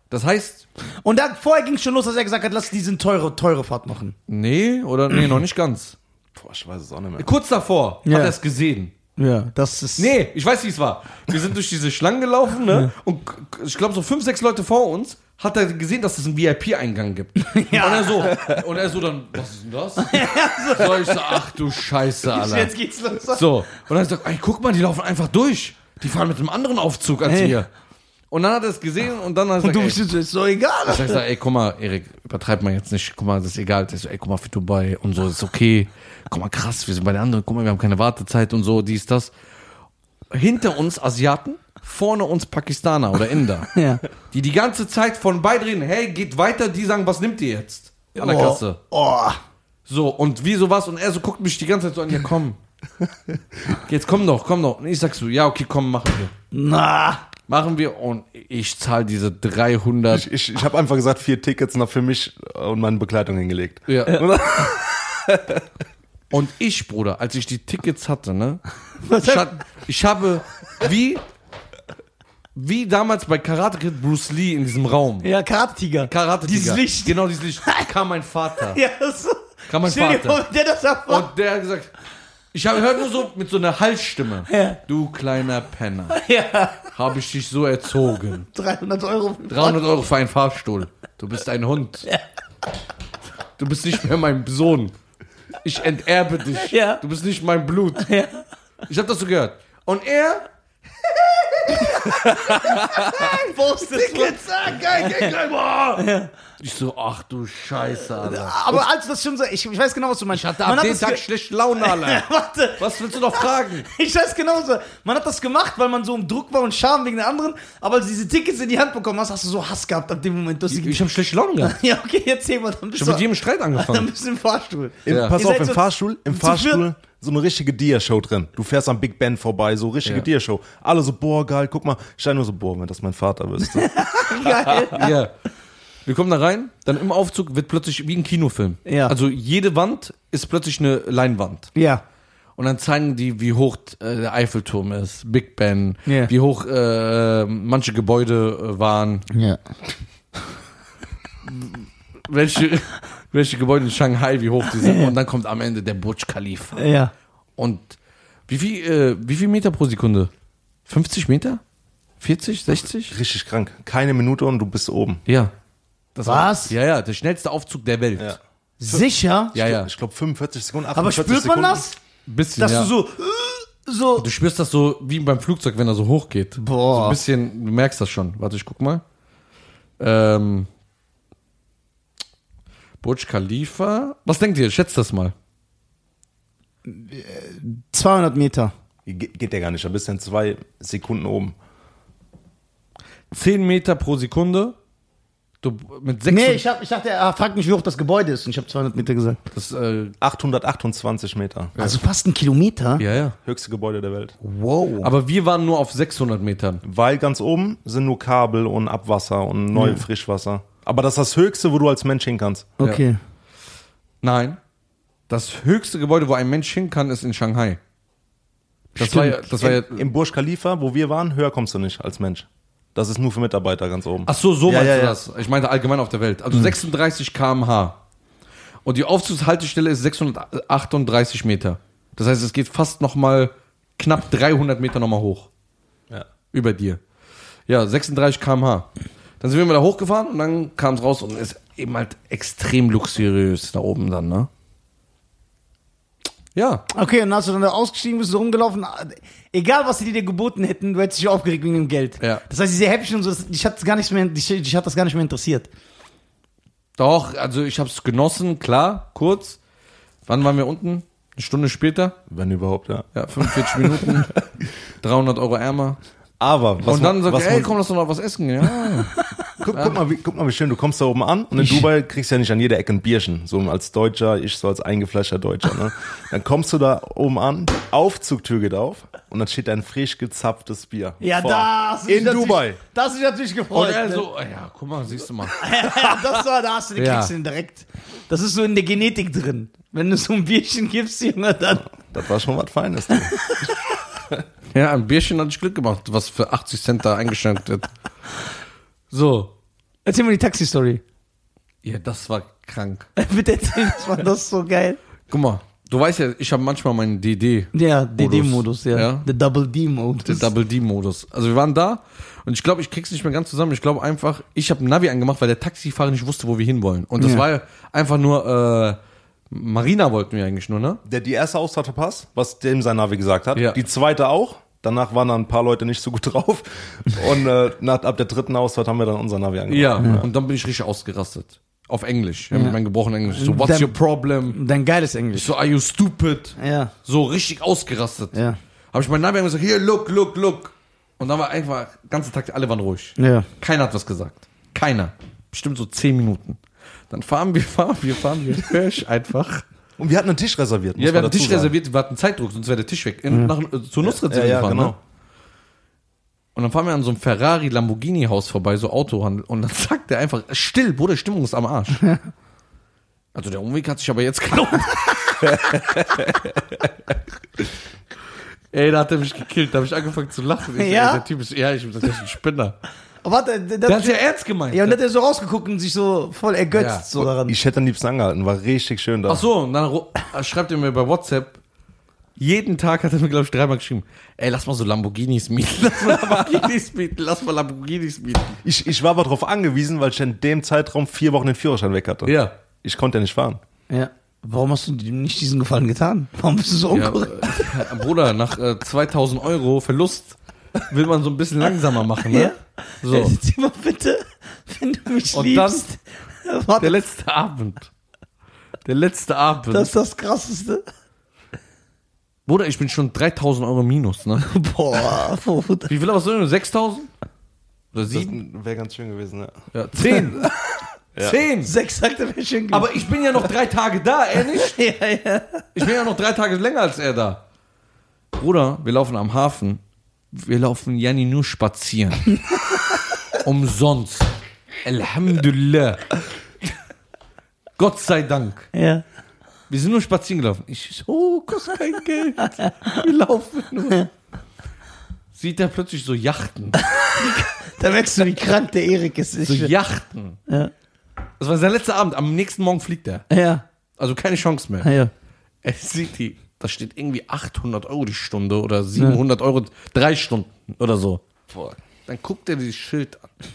[SPEAKER 2] Das heißt,
[SPEAKER 1] Und dann vorher ging's schon los, dass er gesagt hat, lass diesen teure, teure Fahrt machen.
[SPEAKER 2] nee, oder nee, noch nicht ganz.
[SPEAKER 3] Boah, ich weiß es auch nicht mehr.
[SPEAKER 2] Kurz davor
[SPEAKER 1] Ja.
[SPEAKER 2] hat er es gesehen.
[SPEAKER 1] Ja, das ist.
[SPEAKER 2] Nee, ich weiß, wie es war. Wir sind durch diese Schlangen gelaufen, ne? Und k- k- ich glaube, so fünf, sechs Leute vor uns hat er gesehen, dass es einen VIP-Eingang gibt. Und er so, und er so dann, was ist denn das? so, ich so, ach du Scheiße, Alter.
[SPEAKER 1] Jetzt geht's los.
[SPEAKER 2] So, und dann sagt, ey, guck mal, die laufen einfach durch. Die fahren mit einem anderen Aufzug als
[SPEAKER 1] Hey.
[SPEAKER 2] wir. Und dann hat er es gesehen und dann hat er
[SPEAKER 1] Und du
[SPEAKER 2] gesagt,
[SPEAKER 1] bist
[SPEAKER 2] ey,
[SPEAKER 1] ist so egal.
[SPEAKER 2] ich sag, so, ey, guck mal, Erik, übertreib mal jetzt nicht. Guck mal, das ist egal. Ich so, ey, guck mal, für Dubai und so, ist okay. Guck mal, krass, wir sind bei den anderen. Guck mal, wir haben keine Wartezeit und so, dies, das. Hinter uns Asiaten, vorne uns Pakistaner oder Inder.
[SPEAKER 1] Ja.
[SPEAKER 2] Die die ganze Zeit von beiden reden, hey, geht weiter. Die sagen, was nimmt ihr jetzt? An der
[SPEAKER 1] oh,
[SPEAKER 2] Kasse.
[SPEAKER 1] Oh.
[SPEAKER 2] So, und wie so was. Und er so guckt mich die ganze Zeit so an, ja, komm. Jetzt komm doch, komm doch. Und ich sag so, ja, okay, komm, machen wir.
[SPEAKER 1] Na.
[SPEAKER 2] Machen wir und ich zahle diese 300
[SPEAKER 3] Ich, ich, ich habe einfach gesagt, vier Tickets noch für mich äh, und meine Begleitung hingelegt.
[SPEAKER 2] Ja.
[SPEAKER 1] Äh.
[SPEAKER 2] Und ich, Bruder, als ich die Tickets hatte, ne? Ich, hat, ich habe wie, wie damals bei Karate Kid Bruce Lee in diesem Raum.
[SPEAKER 1] Ja, Karttiger.
[SPEAKER 2] Karate
[SPEAKER 1] Dieses Licht.
[SPEAKER 2] Genau, dieses Licht. Kam mein Vater.
[SPEAKER 1] Ja, so.
[SPEAKER 2] Kam mein
[SPEAKER 1] Stell dir
[SPEAKER 2] Vater.
[SPEAKER 1] vor, wenn der das erfährt.
[SPEAKER 2] Und der hat gesagt, ich habe gehört nur so mit so einer Halsstimme.
[SPEAKER 1] Ja.
[SPEAKER 2] Du kleiner Penner,
[SPEAKER 1] Ja,
[SPEAKER 2] habe ich dich so erzogen.
[SPEAKER 1] 300 Euro.
[SPEAKER 2] 300 Euro für einen Fahrstuhl. Du bist ein Hund. Du bist nicht mehr mein Sohn. Ich enterbe dich.
[SPEAKER 1] Ja.
[SPEAKER 2] Du bist nicht mein Blut.
[SPEAKER 1] Ja.
[SPEAKER 2] Ich habe das so gehört. Und er,
[SPEAKER 1] Postet Tickets, ah, geil, geil, geil. boah.
[SPEAKER 2] ich so, ach du Scheiße, Alter.
[SPEAKER 1] Aber als du das schon so, ich, ich weiß genau, was du meinst.
[SPEAKER 2] Ich hatte ab dem
[SPEAKER 1] das
[SPEAKER 2] Tag
[SPEAKER 1] ge-
[SPEAKER 2] schlecht Laune, Alter.
[SPEAKER 1] Warte,
[SPEAKER 2] Was willst du noch fragen?
[SPEAKER 1] ich weiß genauso. Man hat das gemacht, weil man so im Druck war und Scham wegen der anderen. Aber als du diese Tickets in die Hand bekommen hast, hast du so Hass gehabt ab dem Moment. Du hast die-
[SPEAKER 2] Ich habe schlecht Laune gehabt.
[SPEAKER 1] ja, okay, erzähl mal, dann
[SPEAKER 2] Ich
[SPEAKER 1] bist
[SPEAKER 2] habe mit
[SPEAKER 1] du,
[SPEAKER 2] jedem Streit
[SPEAKER 1] dann
[SPEAKER 2] angefangen.
[SPEAKER 1] bist du im Fahrstuhl.
[SPEAKER 3] Im,
[SPEAKER 2] Ja.
[SPEAKER 3] Pass
[SPEAKER 1] Ihr
[SPEAKER 3] auf,
[SPEAKER 1] seid
[SPEAKER 3] im
[SPEAKER 1] so
[SPEAKER 3] Fahrstuhl, im
[SPEAKER 1] zu
[SPEAKER 3] Fahrstuhl so eine richtige Dia-Show drin. Du fährst am Big Ben vorbei, so richtige
[SPEAKER 2] Ja.
[SPEAKER 3] Dia-Show. Alle so, boah, geil, guck mal. Ich nur so, boah, wenn das mein Vater wüsste.
[SPEAKER 1] Geil.
[SPEAKER 2] Ja. Wir kommen da rein, dann im Aufzug wird plötzlich wie ein Kinofilm.
[SPEAKER 1] Ja.
[SPEAKER 2] Also jede Wand ist plötzlich eine Leinwand.
[SPEAKER 1] Ja.
[SPEAKER 2] Und dann zeigen die, wie hoch äh, der Eiffelturm ist, Big Ben,
[SPEAKER 1] Ja.
[SPEAKER 2] wie hoch äh, manche Gebäude äh, waren,
[SPEAKER 1] Ja.
[SPEAKER 2] welche, welche Gebäude in Shanghai, wie hoch die sind. Und dann kommt am Ende der Burj Khalifa.
[SPEAKER 1] Ja.
[SPEAKER 2] Und wie viel, äh, wie viel Meter pro Sekunde? 50 Meter? 40? 60?
[SPEAKER 3] Richtig krank. Keine Minute und du bist oben.
[SPEAKER 2] Ja. Das
[SPEAKER 1] Was?
[SPEAKER 2] ja, ja, der schnellste Aufzug der Welt. Ja,
[SPEAKER 1] Sicher?
[SPEAKER 2] ja.
[SPEAKER 3] Ich glaube 45 Sekunden,
[SPEAKER 1] Aber
[SPEAKER 3] 48
[SPEAKER 1] spürt man
[SPEAKER 3] Sekunden.
[SPEAKER 1] das?
[SPEAKER 2] Bisschen,
[SPEAKER 1] Dass
[SPEAKER 2] ja.
[SPEAKER 1] du so, so.
[SPEAKER 2] Du spürst das so wie beim Flugzeug, wenn er so hoch geht.
[SPEAKER 1] Boah.
[SPEAKER 2] So ein bisschen, du merkst das schon. Warte, ich guck mal. Ähm, Burj Khalifa. Was denkt ihr? Schätzt das mal.
[SPEAKER 1] 200 Meter.
[SPEAKER 3] Ge geht ja gar nicht, da bist du in zwei Sekunden oben.
[SPEAKER 2] 10 Meter pro Sekunde. Du mit
[SPEAKER 1] Nee,
[SPEAKER 2] 6.
[SPEAKER 1] ich, hab, ich dachte, er fragt mich, wie hoch das Gebäude ist. Und ich habe 200 Meter gesagt.
[SPEAKER 2] das, äh,
[SPEAKER 3] 828 Meter.
[SPEAKER 1] Also fast ein Kilometer?
[SPEAKER 2] ja, ja.
[SPEAKER 3] Höchste Gebäude der Welt.
[SPEAKER 1] Wow.
[SPEAKER 2] Aber wir waren nur auf 600 Metern.
[SPEAKER 3] Weil ganz oben sind nur Kabel und Abwasser und neu Frischwasser. Aber das ist das Höchste, wo du als Mensch hin kannst.
[SPEAKER 1] Okay.
[SPEAKER 2] Nein. Das höchste Gebäude, wo ein Mensch hin kann, ist in Shanghai. Das war ja, das war ja,
[SPEAKER 3] Im, Im Burj Khalifa, wo wir waren, höher kommst du nicht als Mensch. Das ist nur für Mitarbeiter ganz oben.
[SPEAKER 2] Ach so, so
[SPEAKER 3] Ja,
[SPEAKER 2] meinst
[SPEAKER 3] ja,
[SPEAKER 2] du
[SPEAKER 3] ja.
[SPEAKER 2] das. Ich meinte allgemein auf der Welt. Also 36 km/h. Und die Aufzugshaltestelle ist 638 Meter. Das heißt, es geht fast nochmal knapp 300 Meter nochmal hoch.
[SPEAKER 3] Ja.
[SPEAKER 2] Über dir. Ja, 36 km/h. Dann sind wir mal da hochgefahren und dann kam es raus und ist eben halt extrem luxuriös da oben dann, ne? Ja.
[SPEAKER 1] Okay, und dann hast du dann da ausgestiegen, bist so rumgelaufen. Egal, was die dir geboten hätten, du hättest dich aufgeregt wegen dem Geld.
[SPEAKER 2] Ja.
[SPEAKER 1] Das heißt, diese Häppchen und so, das- dich hat, gar nicht mehr, dich, dich hat das gar nicht mehr interessiert.
[SPEAKER 2] Doch, also ich hab's genossen, klar, kurz. Wann waren wir unten? Eine Stunde später?
[SPEAKER 3] Wenn überhaupt, ja.
[SPEAKER 2] Ja, 45 Minuten, 300 Euro ärmer.
[SPEAKER 3] Aber was
[SPEAKER 2] Und dann
[SPEAKER 3] man,
[SPEAKER 2] sagt
[SPEAKER 3] was
[SPEAKER 2] er, ey,
[SPEAKER 3] man,
[SPEAKER 2] komm, lass doch noch was essen. gehen. Ja.
[SPEAKER 3] guck,
[SPEAKER 2] Ah.
[SPEAKER 3] guck, mal, wie, guck mal, wie schön, du kommst da oben an und in Dubai kriegst du ja nicht an jeder Ecke ein Bierchen. So als Deutscher, ich so als eingefleischter Deutscher. Ne? Dann kommst du da oben an, Aufzugtür geht auf und dann steht da ein frisch gezapftes Bier. Boah. In Dubai.
[SPEAKER 1] Das ist natürlich gefreut. ne?
[SPEAKER 2] Und er so, "Ah ja, guck mal, siehst du mal.
[SPEAKER 1] das war, da hast du den
[SPEAKER 2] Ja.
[SPEAKER 1] kriegst du den direkt. Das ist so in der Genetik drin. Wenn du so ein Bierchen gibst, Junge, dann.
[SPEAKER 3] Das war schon was Feines. Du.
[SPEAKER 2] Ja, ein Bierchen hat ich Glück gemacht, was für 80 Cent da eingeschränkt wird. So.
[SPEAKER 1] Erzähl mal die Taxi-Story.
[SPEAKER 2] Ja, das war krank.
[SPEAKER 1] Bitte erzähl, das war das so geil.
[SPEAKER 2] Guck mal, du weißt ja, ich habe manchmal meinen DD.
[SPEAKER 1] Ja, DD-Modus, ja.
[SPEAKER 2] Ja.
[SPEAKER 1] Der Double
[SPEAKER 2] Der
[SPEAKER 1] D-Modus.
[SPEAKER 2] Double D-Modus. Also wir waren da und ich glaube, ich krieg's nicht mehr ganz zusammen. Ich glaube einfach, ich habe Navi angemacht, weil der Taxifahrer nicht wusste, wo wir hinwollen. Und das
[SPEAKER 1] Ja.
[SPEAKER 2] war ja einfach nur äh, Marina wollten wir eigentlich nur, ne?
[SPEAKER 3] Der die erste Ausfahrt verpasst, was dem sein Navi gesagt hat.
[SPEAKER 2] Ja.
[SPEAKER 3] Die zweite auch. Danach waren da ein paar Leute nicht so gut drauf. Und äh, nach, ab der dritten Ausfahrt haben wir dann unser Navi angemacht.
[SPEAKER 2] Ja. Und dann bin ich richtig ausgerastet. Auf Englisch. Ja. Mit meinem gebrochenen Englisch. So, what's
[SPEAKER 1] Dann-
[SPEAKER 2] your problem?
[SPEAKER 1] Dein geiles Englisch.
[SPEAKER 2] Ich so, are you stupid?
[SPEAKER 1] Ja.
[SPEAKER 2] So richtig ausgerastet.
[SPEAKER 1] Ja.
[SPEAKER 2] Habe ich meinen Navi angesagt, hier, look, look, look. Und dann war einfach, ganze Tag, alle waren ruhig.
[SPEAKER 1] Ja.
[SPEAKER 2] Keiner hat was gesagt. Keiner. Bestimmt so zehn Minuten. Dann fahren wir, fahren wir, fahren wir. Hör ich einfach.
[SPEAKER 3] Und wir hatten einen Tisch reserviert. muss
[SPEAKER 2] Ja, wir
[SPEAKER 3] man
[SPEAKER 2] haben
[SPEAKER 3] dazu
[SPEAKER 2] Tisch
[SPEAKER 3] sagen.
[SPEAKER 2] reserviert, wir hatten Zeitdruck, sonst wäre der Tisch weg. In, nach, äh, zur Nusret sind
[SPEAKER 3] Ja,
[SPEAKER 2] wir
[SPEAKER 3] ja,
[SPEAKER 2] gefahren,
[SPEAKER 3] genau.
[SPEAKER 2] ne? Und dann fahren wir an so einem Ferrari-Lamborghini-Haus vorbei, so Autohandel. Und dann sagt der einfach, still, Bruder, Stimmung ist am Arsch. also der Umweg hat sich aber jetzt gelohnt. Ey, da hat er mich gekillt, da habe ich angefangen zu lachen. Ich so,
[SPEAKER 1] Ja?
[SPEAKER 2] ey, der Typ ist, ja, ich hab gesagt, der ist ein Spinner.
[SPEAKER 1] Aber Oh, warte, der,
[SPEAKER 2] Der hat ja ernst gemeint.
[SPEAKER 1] ja, und hat er so rausgeguckt und sich so voll ergötzt
[SPEAKER 2] Ja.
[SPEAKER 1] so daran.
[SPEAKER 3] Ich hätte am liebsten angehalten, war richtig schön da.
[SPEAKER 2] Ach so, und dann ru- äh, schreibt er mir bei WhatsApp. Jeden Tag hat er mir, glaube ich, dreimal geschrieben. Ey, lass mal so Lamborghinis mieten. Lass mal Lamborghinis mieten. Lass mal Lamborghinis mieten.
[SPEAKER 3] Ich, ich war aber darauf angewiesen, weil ich in dem Zeitraum vier Wochen den Führerschein weg hatte.
[SPEAKER 2] Ja.
[SPEAKER 3] Ich konnte ja nicht fahren.
[SPEAKER 1] Ja. Warum hast du ihm nicht diesen Gefallen getan? Warum bist du so
[SPEAKER 2] ja
[SPEAKER 1] unkorrekt?
[SPEAKER 2] äh, Bruder, nach äh, 2000 Euro Verlust will man so ein bisschen langsamer machen, ne?
[SPEAKER 1] Ja.
[SPEAKER 2] So.
[SPEAKER 1] Erzähl mal bitte, wenn du mich
[SPEAKER 2] Und dann-
[SPEAKER 1] liebst. Warte,
[SPEAKER 2] Der letzte Abend. Der letzte Abend.
[SPEAKER 1] das ist das Krasseste.
[SPEAKER 2] Bruder, ich bin schon 3000 Euro minus, ne?
[SPEAKER 1] Boah, Bruder.
[SPEAKER 2] Wie viel was soll denn? 6000? Oder
[SPEAKER 3] Das
[SPEAKER 2] 7?
[SPEAKER 3] wäre ganz schön gewesen, ja.
[SPEAKER 2] Ja, 10. 10.
[SPEAKER 1] Sechs sagt er mir schön
[SPEAKER 2] Aber ich bin ja noch drei Tage da, er nicht?
[SPEAKER 1] ja, ja.
[SPEAKER 2] Ich bin ja noch drei Tage länger als er da. Bruder, wir laufen am Hafen. Wir laufen Janni nur spazieren. Umsonst. Alhamdulillah. Gott sei Dank.
[SPEAKER 1] Ja.
[SPEAKER 2] Wir sind nur spazieren gelaufen. Ich so, oh, kostet kein Geld. Wir laufen nur. Sieht er plötzlich so Yachten.
[SPEAKER 1] Da merkst du, wie krank der Erik ist. Ich,
[SPEAKER 2] So Yachten.
[SPEAKER 1] ja.
[SPEAKER 2] Das war sein letzter Abend. Am nächsten Morgen fliegt er.
[SPEAKER 1] Ja.
[SPEAKER 2] Also keine Chance mehr.
[SPEAKER 1] ja.
[SPEAKER 2] Er sieht die, da steht irgendwie 800 Euro die Stunde oder 700 Euro drei Stunden oder so. Boah. Dann guckt er dieses Schild an.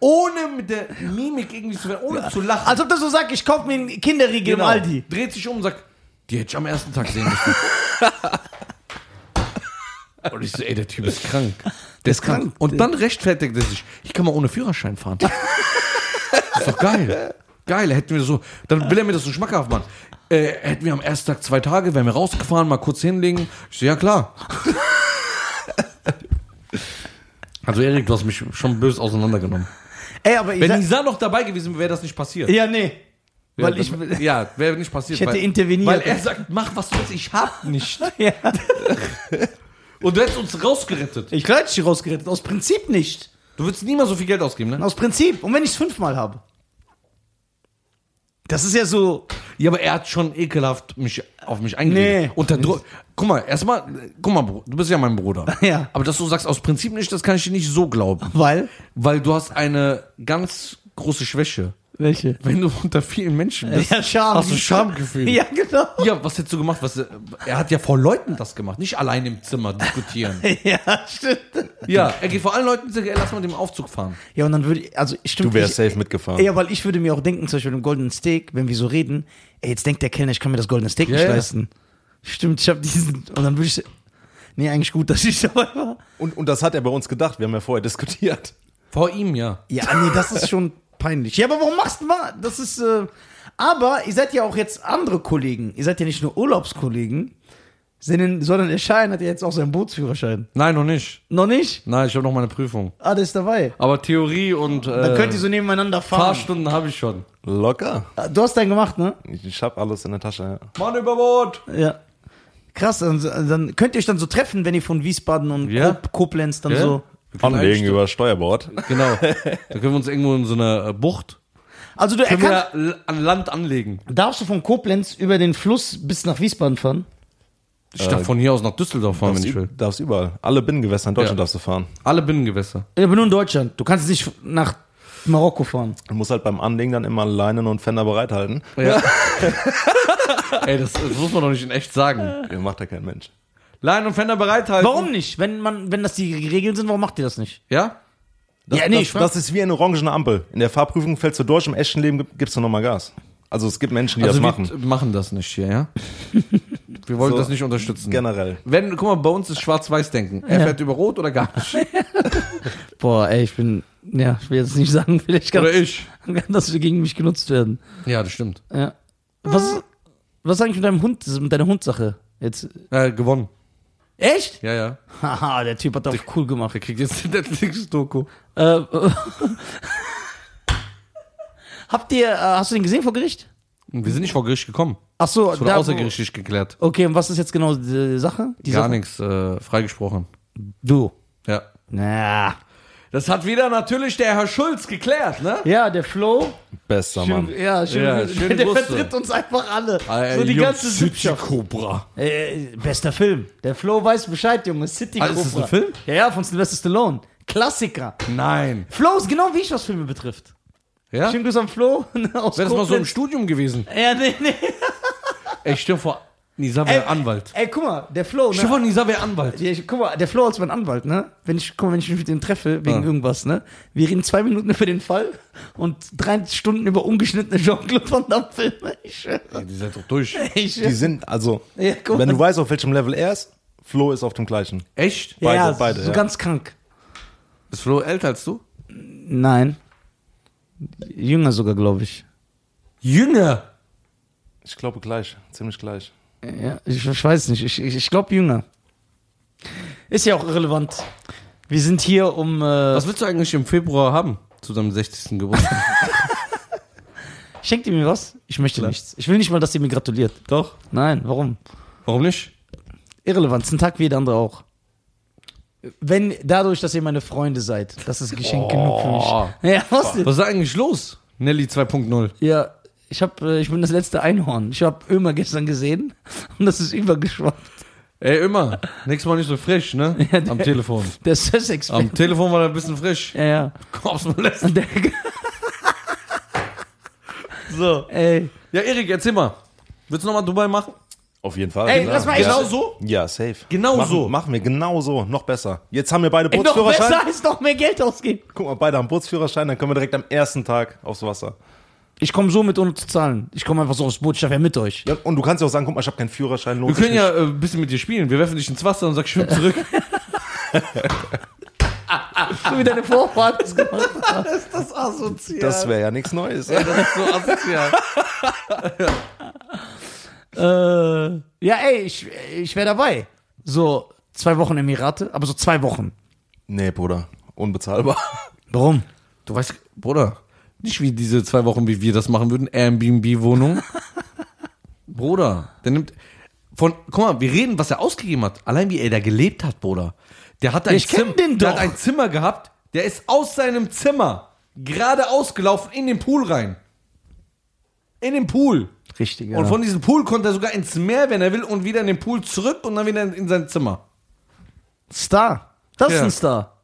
[SPEAKER 2] Ohne mit der Mimik irgendwie zu werden, ohne zu lachen.
[SPEAKER 1] Als ob das so sagt, ich kauf mir einen Kinderriegel
[SPEAKER 2] Genau.
[SPEAKER 1] im Aldi.
[SPEAKER 2] Dreht sich um und sagt, die hätte ich am ersten Tag sehen müssen. und ich so, ey, der Typ ist krank. Der, ist krank.
[SPEAKER 1] krank.
[SPEAKER 2] Und dann rechtfertigt er sich, ich kann mal ohne Führerschein fahren. ist doch geil. Geil, hätten wir so, dann will er mir das so schmackhaft machen. Äh, hätten wir am ersten Tag zwei Tage, wären wir rausgefahren, mal kurz hinlegen. Ich so, ja klar. Also Erik, du hast mich schon böse auseinandergenommen.
[SPEAKER 1] Ey, aber ich
[SPEAKER 2] Wenn
[SPEAKER 1] sag,
[SPEAKER 2] Nisa noch dabei gewesen wäre, wäre das nicht passiert.
[SPEAKER 1] Ja, nee.
[SPEAKER 2] Ja,
[SPEAKER 1] Weil
[SPEAKER 2] das-
[SPEAKER 1] ich.
[SPEAKER 2] ja, wäre nicht passiert.
[SPEAKER 1] Ich hätte interveniert.
[SPEAKER 2] Weil er sagt, mach was du willst, ich hab nicht.
[SPEAKER 1] Ja.
[SPEAKER 2] Und du hättest uns rausgerettet.
[SPEAKER 1] Ich hätte dich rausgerettet. Aus Prinzip nicht.
[SPEAKER 2] Du würdest niemals so viel Geld ausgeben, ne?
[SPEAKER 1] Aus Prinzip. Und wenn ich es fünfmal habe. Das ist ja so.
[SPEAKER 2] Ja, aber er hat schon ekelhaft mich auf mich eingeredet.
[SPEAKER 1] Nee.
[SPEAKER 2] Unter Druck. Guck mal, erstmal, guck mal, Bro, du bist ja mein Bruder.
[SPEAKER 1] Ja.
[SPEAKER 2] Aber dass du sagst, aus Prinzip nicht, das kann ich dir nicht so glauben.
[SPEAKER 1] Weil.
[SPEAKER 2] Weil du hast eine ganz große Schwäche.
[SPEAKER 1] Welche?
[SPEAKER 2] Wenn du unter vielen Menschen bist,
[SPEAKER 1] Ja, Scham.
[SPEAKER 2] hast du Schamgefühl.
[SPEAKER 1] Ja, genau.
[SPEAKER 2] Ja, was hättest du gemacht? Was, er hat ja vor Leuten das gemacht, nicht allein im Zimmer diskutieren.
[SPEAKER 1] Ja, stimmt.
[SPEAKER 2] Ja, er geht vor allen Leuten und sagt, ey, lass mal den Aufzug fahren.
[SPEAKER 1] Ja, und dann würde ich, also stimmt.
[SPEAKER 3] Du wärst
[SPEAKER 1] ich,
[SPEAKER 3] safe mitgefahren.
[SPEAKER 1] ja, weil ich würde mir auch denken, zum Beispiel im Golden Steak, wenn wir so reden, ey, jetzt denkt der Kellner, ich kann mir das Goldene Steak
[SPEAKER 2] Ja,
[SPEAKER 1] nicht
[SPEAKER 2] ja.
[SPEAKER 1] leisten. Stimmt, ich habe diesen. Und dann würde ich. Nee, eigentlich gut, dass ich dabei war.
[SPEAKER 3] Und, und das hat er bei uns gedacht. Wir haben ja vorher diskutiert.
[SPEAKER 2] Vor ihm, ja.
[SPEAKER 1] Ja, nee, das ist schon peinlich. Ja, aber warum machst du mal? Das ist. Äh, aber ihr seid ja auch jetzt andere Kollegen. Ihr seid ja nicht nur Urlaubskollegen, sondern sondern der Schein hat ja jetzt auch seinen Bootsführerschein.
[SPEAKER 2] Nein, noch nicht.
[SPEAKER 1] Noch nicht?
[SPEAKER 2] Nein, ich habe noch meine Prüfung.
[SPEAKER 1] Ah, der ist dabei.
[SPEAKER 2] Aber Theorie und
[SPEAKER 1] Dann
[SPEAKER 2] äh,
[SPEAKER 1] könnt ihr so nebeneinander fahren.
[SPEAKER 2] Fahrstunden habe ich schon.
[SPEAKER 3] Locker.
[SPEAKER 1] Ah, Du hast deinen gemacht, ne?
[SPEAKER 3] Ich, ich hab alles in der Tasche. Ja.
[SPEAKER 2] Mann über Bord!
[SPEAKER 1] Ja. Krass, dann, dann könnt ihr euch dann so treffen, wenn ihr von Wiesbaden und
[SPEAKER 2] Ja.
[SPEAKER 1] Kop- Koblenz dann
[SPEAKER 2] Ja.
[SPEAKER 1] so.
[SPEAKER 3] Anlegen über Steuerbord.
[SPEAKER 2] Genau. Da können wir uns irgendwo in so einer äh, Bucht
[SPEAKER 1] Also du er
[SPEAKER 2] können
[SPEAKER 1] kann,
[SPEAKER 2] wir l- an Land anlegen.
[SPEAKER 1] darfst du von Koblenz über den Fluss bis nach Wiesbaden fahren?
[SPEAKER 2] Ich darf von hier aus nach Düsseldorf fahren, wenn
[SPEAKER 3] Darfst,
[SPEAKER 2] ich
[SPEAKER 3] ü-
[SPEAKER 2] will.
[SPEAKER 3] darfst überall. Alle Binnengewässer in Deutschland
[SPEAKER 2] Ja.
[SPEAKER 3] darfst du fahren.
[SPEAKER 2] Alle Binnengewässer.
[SPEAKER 1] Ja, aber nur in Deutschland. Du kannst nicht nach Marokko fahren.
[SPEAKER 3] Du musst halt beim Anlegen dann immer Leinen und Fender bereithalten.
[SPEAKER 2] Ja. Ey, das, das muss man doch nicht in echt sagen.
[SPEAKER 3] Ja, macht ja kein Mensch.
[SPEAKER 2] Leinen und Fender bereithalten.
[SPEAKER 1] Warum nicht? Wenn man, wenn das die Regeln sind, warum macht ihr das nicht?
[SPEAKER 2] Ja?
[SPEAKER 3] Das,
[SPEAKER 1] Ja, nee, ich
[SPEAKER 3] das,
[SPEAKER 1] frag-
[SPEAKER 3] das ist wie eine orangene Ampel. In der Fahrprüfung fällst du durch, im echten Leben gib- gibst du nochmal Gas. Also es gibt Menschen, die das
[SPEAKER 2] wir
[SPEAKER 3] machen.
[SPEAKER 2] t- machen das nicht hier, ja? Wir wollen
[SPEAKER 3] So.
[SPEAKER 2] das nicht unterstützen.
[SPEAKER 3] Generell.
[SPEAKER 2] Wenn, guck mal, bei uns ist Schwarz-Weiß-Denken. Er fährt über Rot oder gar nicht.
[SPEAKER 1] Boah, ey, ich bin, ja, ich will jetzt nicht sagen, vielleicht kann,
[SPEAKER 2] Oder ich.
[SPEAKER 1] kann das gegen mich genutzt werden.
[SPEAKER 2] Ja, das stimmt.
[SPEAKER 1] Ja. Was, was sag ich mit deinem Hund, mit deiner Hundsache jetzt?
[SPEAKER 2] Äh, gewonnen.
[SPEAKER 1] Echt?
[SPEAKER 2] Ja, ja.
[SPEAKER 1] Haha, der Typ hat auf cool gemacht.
[SPEAKER 2] Der kriegt jetzt die Netflix-Doku.
[SPEAKER 1] Äh, habt ihr, äh, hast du den gesehen vor Gericht?
[SPEAKER 2] Und Wir sind nicht vor Gericht gekommen.
[SPEAKER 1] Ach so,
[SPEAKER 2] Es wurde
[SPEAKER 1] da-
[SPEAKER 2] außergerichtlich geklärt.
[SPEAKER 1] Okay, und was ist jetzt genau die Sache? Die
[SPEAKER 2] Gar
[SPEAKER 1] Sache?
[SPEAKER 2] nichts äh, freigesprochen.
[SPEAKER 1] Du.
[SPEAKER 2] Ja.
[SPEAKER 1] Na.
[SPEAKER 2] Das hat wieder natürlich der Herr Schulz geklärt, ne?
[SPEAKER 1] Ja, der Flow.
[SPEAKER 3] Bester
[SPEAKER 1] Schön,
[SPEAKER 3] Mann.
[SPEAKER 1] ja, schön,
[SPEAKER 2] Oh, Ja, schöne
[SPEAKER 1] der
[SPEAKER 2] Brüste.
[SPEAKER 1] vertritt uns einfach alle.
[SPEAKER 2] Äh,
[SPEAKER 1] so die
[SPEAKER 2] Jungs,
[SPEAKER 1] ganze
[SPEAKER 2] City
[SPEAKER 1] Sippschaft.
[SPEAKER 2] Cobra.
[SPEAKER 1] Äh, bester Film. Der Flow weiß Bescheid, Junge. City
[SPEAKER 2] Ah, ist das
[SPEAKER 1] Cobra.
[SPEAKER 2] ein Film?
[SPEAKER 1] Ja, ja, von Sylvester Stallone. Klassiker.
[SPEAKER 2] Nein.
[SPEAKER 1] Flow ist genau wie ich, was Filme betrifft.
[SPEAKER 2] Ja?
[SPEAKER 1] Schönen Grüß an Flo. aus
[SPEAKER 2] Wäre das mal so im
[SPEAKER 1] Koblenz.
[SPEAKER 2] Studium gewesen.
[SPEAKER 1] Ja, nee, nee.
[SPEAKER 2] Ey, stell dir vor, Nisa wäre Anwalt.
[SPEAKER 1] Ey, guck mal, der Flow,
[SPEAKER 2] Stell dir
[SPEAKER 1] ne?
[SPEAKER 2] vor, Nisa wäre Anwalt.
[SPEAKER 1] Ja, ich, guck mal, der Flo als mein Anwalt, ne? Wenn ich, guck mal, wenn ich mich mit dem treffe, wegen
[SPEAKER 2] Ah.
[SPEAKER 1] irgendwas, ne? Wir reden zwei Minuten über den Fall und drei Stunden über ungeschnittene Jean-Claude Van Damme-Filme. Ich schwöre.
[SPEAKER 2] Ey, die seid doch durch.
[SPEAKER 1] Ich
[SPEAKER 3] Die
[SPEAKER 1] schwöre.
[SPEAKER 3] sind, also,
[SPEAKER 1] Ja, guck
[SPEAKER 3] wenn
[SPEAKER 1] mal.
[SPEAKER 3] du weißt, auf welchem Level er ist, Flo ist auf dem gleichen.
[SPEAKER 2] Echt?
[SPEAKER 3] beide,
[SPEAKER 1] ja,
[SPEAKER 3] beide,
[SPEAKER 1] so
[SPEAKER 3] ja.
[SPEAKER 1] ganz krank.
[SPEAKER 2] Ist Flo älter als du?
[SPEAKER 1] Nein. Jünger sogar, glaube ich.
[SPEAKER 2] Jünger.
[SPEAKER 3] Ich glaube gleich, ziemlich gleich.
[SPEAKER 1] Ja, ich, ich weiß nicht. Ich, ich, ich glaube jünger. Ist ja auch irrelevant. Wir sind hier um. Äh,
[SPEAKER 2] Was willst du eigentlich im Februar haben? Zu deinem 60. Geburtstag.
[SPEAKER 1] Schenkt ihr mir was? Ich möchte nichts. Ich will nicht mal, dass ihr mir gratuliert.
[SPEAKER 2] doch.
[SPEAKER 1] Nein, warum?
[SPEAKER 2] Warum nicht?
[SPEAKER 1] Irrelevant, ist ein Tag wie jeder andere auch. Wenn dadurch, dass ihr meine Freunde seid, das ist Geschenk genug für mich. Ja, Oh. was denn?
[SPEAKER 2] Was ist da eigentlich los? Nelly 2.0.
[SPEAKER 1] Ja, ich hab, äh, ich bin das letzte Einhorn. Ich habe Ömer gestern gesehen und das ist übergeschwappt.
[SPEAKER 2] Ey, immer. Nächstes Mal nicht so frisch, ne? Am Telefon.
[SPEAKER 1] Der Sussex.
[SPEAKER 2] Am Telefon war er ein bisschen frisch.
[SPEAKER 1] ja, ja.
[SPEAKER 2] Korpsmolest.
[SPEAKER 1] Und der,
[SPEAKER 2] So.
[SPEAKER 1] ey,
[SPEAKER 2] Ja, Erik, erzähl mal. Willst du nochmal Dubai machen?
[SPEAKER 3] Auf jeden Fall.
[SPEAKER 1] Ey,
[SPEAKER 3] Klar.
[SPEAKER 1] lass mal echt-
[SPEAKER 3] ja.
[SPEAKER 2] Genau so?
[SPEAKER 3] Ja, safe.
[SPEAKER 2] Genau
[SPEAKER 3] machen,
[SPEAKER 2] so.
[SPEAKER 3] Machen wir genau so. Noch besser. Jetzt haben wir beide
[SPEAKER 1] ey, noch
[SPEAKER 3] Bootsführerschein.
[SPEAKER 1] besser ist noch mehr Geld ausgeben.
[SPEAKER 3] Guck mal, beide haben Bootsführerschein, dann können wir direkt am ersten Tag aufs Wasser.
[SPEAKER 1] Ich komme so mit, ohne zu zahlen. Ich komme einfach so aufs Boot, ich darf ja mit euch.
[SPEAKER 3] Ja, und du kannst ja auch sagen, guck mal, ich habe keinen Führerschein, lohnt
[SPEAKER 2] Wir
[SPEAKER 3] sich
[SPEAKER 2] können ja äh, ein bisschen mit dir spielen. Wir werfen dich ins Wasser und sag schwimm zurück.
[SPEAKER 1] So wie deine Vorfahren das gemacht haben.
[SPEAKER 2] Das asozial.
[SPEAKER 3] nicht. Das wäre ja nichts Neues.
[SPEAKER 2] das ist so asozial.
[SPEAKER 1] Äh, ja, ey, ich, ich wäre dabei. So zwei Wochen Emirate, aber so zwei Wochen.
[SPEAKER 3] Nee, Bruder, unbezahlbar.
[SPEAKER 1] Warum?
[SPEAKER 2] Du weißt, Bruder, nicht wie diese zwei Wochen, wie wir das machen würden, Airbnb-Wohnung. Bruder, der nimmt von, guck mal, wir reden, was er ausgegeben hat. Allein wie er da gelebt hat, Bruder. Der hat ein,
[SPEAKER 1] Ich kenn
[SPEAKER 2] Zim-
[SPEAKER 1] den
[SPEAKER 2] der
[SPEAKER 1] doch.
[SPEAKER 2] hat ein Zimmer gehabt, der ist aus seinem Zimmer geradeaus gelaufen in den Pool rein. In den Pool.
[SPEAKER 1] Richtig, genau.
[SPEAKER 2] Und von diesem Pool konnte er sogar ins Meer, wenn er will, und wieder in den Pool zurück und dann wieder in, in sein Zimmer.
[SPEAKER 1] Star. Das ist
[SPEAKER 2] Ja.
[SPEAKER 1] ein Star.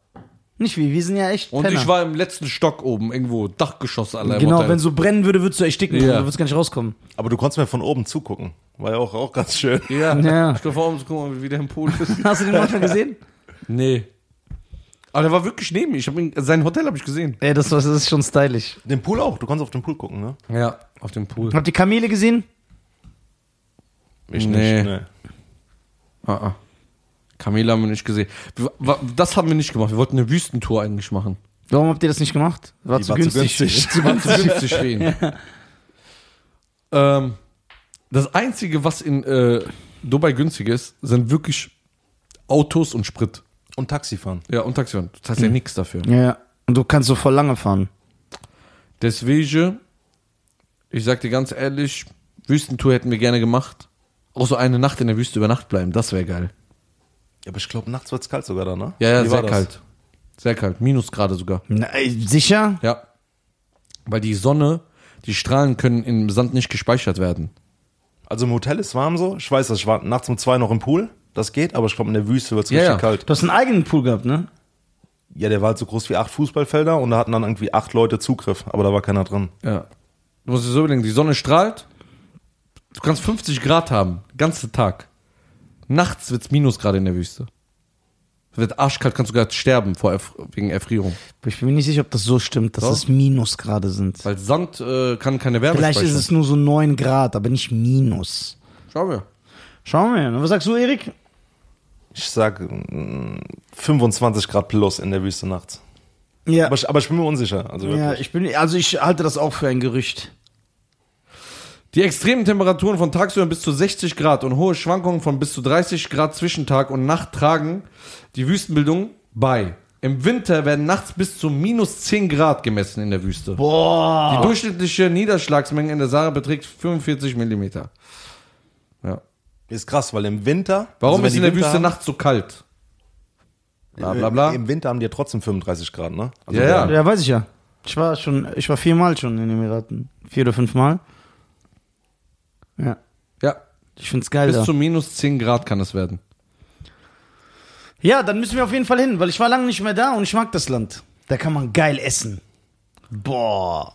[SPEAKER 1] Nicht wie, wir sind ja echt
[SPEAKER 2] Und
[SPEAKER 1] Penner.
[SPEAKER 2] ich war im letzten Stock oben, irgendwo, Dachgeschoss allein.
[SPEAKER 1] Genau, wenn so brennen würde, würdest du ersticken.
[SPEAKER 2] Ja.
[SPEAKER 1] Du würdest gar nicht rauskommen.
[SPEAKER 3] Aber du konntest mir von oben zugucken. War ja auch, auch ganz schön.
[SPEAKER 2] Ja,
[SPEAKER 1] Ja.
[SPEAKER 2] ich glaube, vor allem gucken, wie der im Pool ist.
[SPEAKER 1] Hast du den manchmal gesehen?
[SPEAKER 2] Nee. Aber der war wirklich neben mir. Ich hab ihn, sein Hotel habe ich gesehen.
[SPEAKER 1] Ey, das, war- das ist schon stylisch.
[SPEAKER 3] Den Pool auch, du konntest auf den Pool gucken, ne?
[SPEAKER 2] Ja, auf dem Pool.
[SPEAKER 1] Habt ihr Kamele gesehen?
[SPEAKER 3] Ich
[SPEAKER 2] Nee.
[SPEAKER 3] nicht. Nee.
[SPEAKER 2] Ah, ah. Kamele haben wir nicht gesehen. Wir- wa- Das haben wir nicht gemacht. Wir wollten eine Wüstentour eigentlich machen.
[SPEAKER 1] Warum habt ihr das nicht gemacht? War,
[SPEAKER 3] Die
[SPEAKER 1] zu,
[SPEAKER 3] war zu
[SPEAKER 1] günstig.
[SPEAKER 3] günstig.
[SPEAKER 1] Zu günstig.
[SPEAKER 2] zu 50 stehen. ähm, das Einzige, was in äh, Dubai günstig ist, sind wirklich Autos und Sprit.
[SPEAKER 3] Und Taxifahren.
[SPEAKER 2] Ja, und Taxifahren. Das heißt ja nichts dafür.
[SPEAKER 1] ja, ja. Und du kannst so voll lange fahren.
[SPEAKER 2] Deswegen, ich sag dir ganz ehrlich, Wüstentour hätten wir gerne gemacht. Auch so eine Nacht in der Wüste über Nacht bleiben, das wäre geil.
[SPEAKER 3] Ja, aber ich glaube, nachts wird es kalt sogar da, ne?
[SPEAKER 2] Ja, ja,
[SPEAKER 3] Wie war
[SPEAKER 2] sehr
[SPEAKER 3] das?
[SPEAKER 2] kalt. Sehr kalt, Minusgrade sogar.
[SPEAKER 1] Na, ey, sicher?
[SPEAKER 2] Ja. Weil die Sonne, die Strahlen können im Sand nicht gespeichert werden.
[SPEAKER 3] Also im Hotel ist warm so. Ich weiß, dass ich war nachts um zwei noch im Pool. Das geht, aber ich glaube, in der Wüste wird es
[SPEAKER 2] Ja,
[SPEAKER 3] richtig
[SPEAKER 2] ja.
[SPEAKER 3] kalt.
[SPEAKER 1] Du hast einen eigenen Pool gehabt, ne?
[SPEAKER 3] Ja, der war halt so groß wie acht Fußballfelder und da hatten dann irgendwie acht Leute Zugriff, aber da war keiner drin.
[SPEAKER 2] Ja. Du musst dir so überlegen, die Sonne strahlt. Du kannst 50 Grad haben, den ganzen Tag. Nachts wird's Minusgrade in der Wüste. Wird arschkalt, kannst sogar sterben vor Erf wegen Erfrierung.
[SPEAKER 1] Aber Ich bin mir nicht sicher, ob das so stimmt, dass
[SPEAKER 2] Doch.
[SPEAKER 1] es Minusgrade sind.
[SPEAKER 2] Weil Sand äh, kann keine Wärme
[SPEAKER 1] Vielleicht ist es nur so 9 Grad, aber nicht Minus.
[SPEAKER 2] Schau wir.
[SPEAKER 1] Schauen wir. mal. Was sagst du, Erik?
[SPEAKER 3] Ich sag mm, 25 Grad plus in der Wüste nachts.
[SPEAKER 1] Ja,
[SPEAKER 3] Aber ich, aber ich bin mir unsicher. Also
[SPEAKER 1] ja
[SPEAKER 3] wirklich.
[SPEAKER 1] ich bin, also ich halte das auch für ein Gerücht.
[SPEAKER 2] Die extremen Temperaturen von tagsüber bis zu 60 Grad und hohe Schwankungen von bis zu 30 Grad zwischen Tag und Nacht tragen die Wüstenbildung bei. Im Winter werden nachts bis zu minus 10 Grad gemessen in der Wüste.
[SPEAKER 1] Boah.
[SPEAKER 2] Die durchschnittliche Niederschlagsmenge in der Sahara beträgt 45 Millimeter. Ja.
[SPEAKER 3] Ist krass, weil im Winter.
[SPEAKER 2] Warum
[SPEAKER 3] also wenn
[SPEAKER 2] ist
[SPEAKER 3] die
[SPEAKER 2] in der
[SPEAKER 3] Winter
[SPEAKER 2] Wüste
[SPEAKER 3] haben-
[SPEAKER 2] nachts so kalt? Bla bla bla.
[SPEAKER 3] Im Winter haben die ja trotzdem 35 Grad, ne?
[SPEAKER 2] Ja, ja.
[SPEAKER 1] Ja, weiß ich ja. Ich war schon, ich war viermal schon in den Emiraten. Vier oder fünfmal. Ja.
[SPEAKER 2] Ja,
[SPEAKER 1] Ich find's geil
[SPEAKER 2] bis
[SPEAKER 1] da.
[SPEAKER 2] zu minus 10 Grad kann es werden.
[SPEAKER 1] Ja, dann müssen wir auf jeden Fall hin, weil ich war lange nicht mehr da und ich mag das Land. Da kann man geil essen. Boah.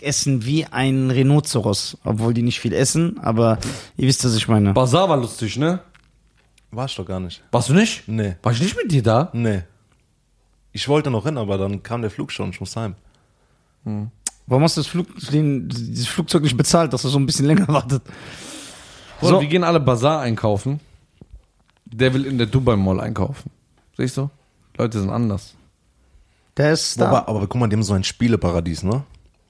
[SPEAKER 1] Essen wie ein Rhinoceros. Obwohl die nicht viel essen, aber ihr wisst, was ich meine.
[SPEAKER 2] Basar war lustig, ne?
[SPEAKER 3] War ich doch gar nicht.
[SPEAKER 2] Warst du nicht?
[SPEAKER 3] Nee.
[SPEAKER 2] War ich nicht mit dir da?
[SPEAKER 3] Nee. Ich wollte noch hin, aber dann kam der Flug schon, ich muss heim.
[SPEAKER 1] Warum hast du das, Flug, den, dieses Flugzeug nicht bezahlt, dass du so ein bisschen länger wartet?
[SPEAKER 2] Bruder,
[SPEAKER 1] So.
[SPEAKER 2] Wir gehen alle Basar einkaufen. Der will in der Dubai Mall einkaufen. Siehst du? Leute sind anders.
[SPEAKER 1] Der ist da.
[SPEAKER 3] Aber, aber guck mal, die haben so ein Spieleparadies, ne?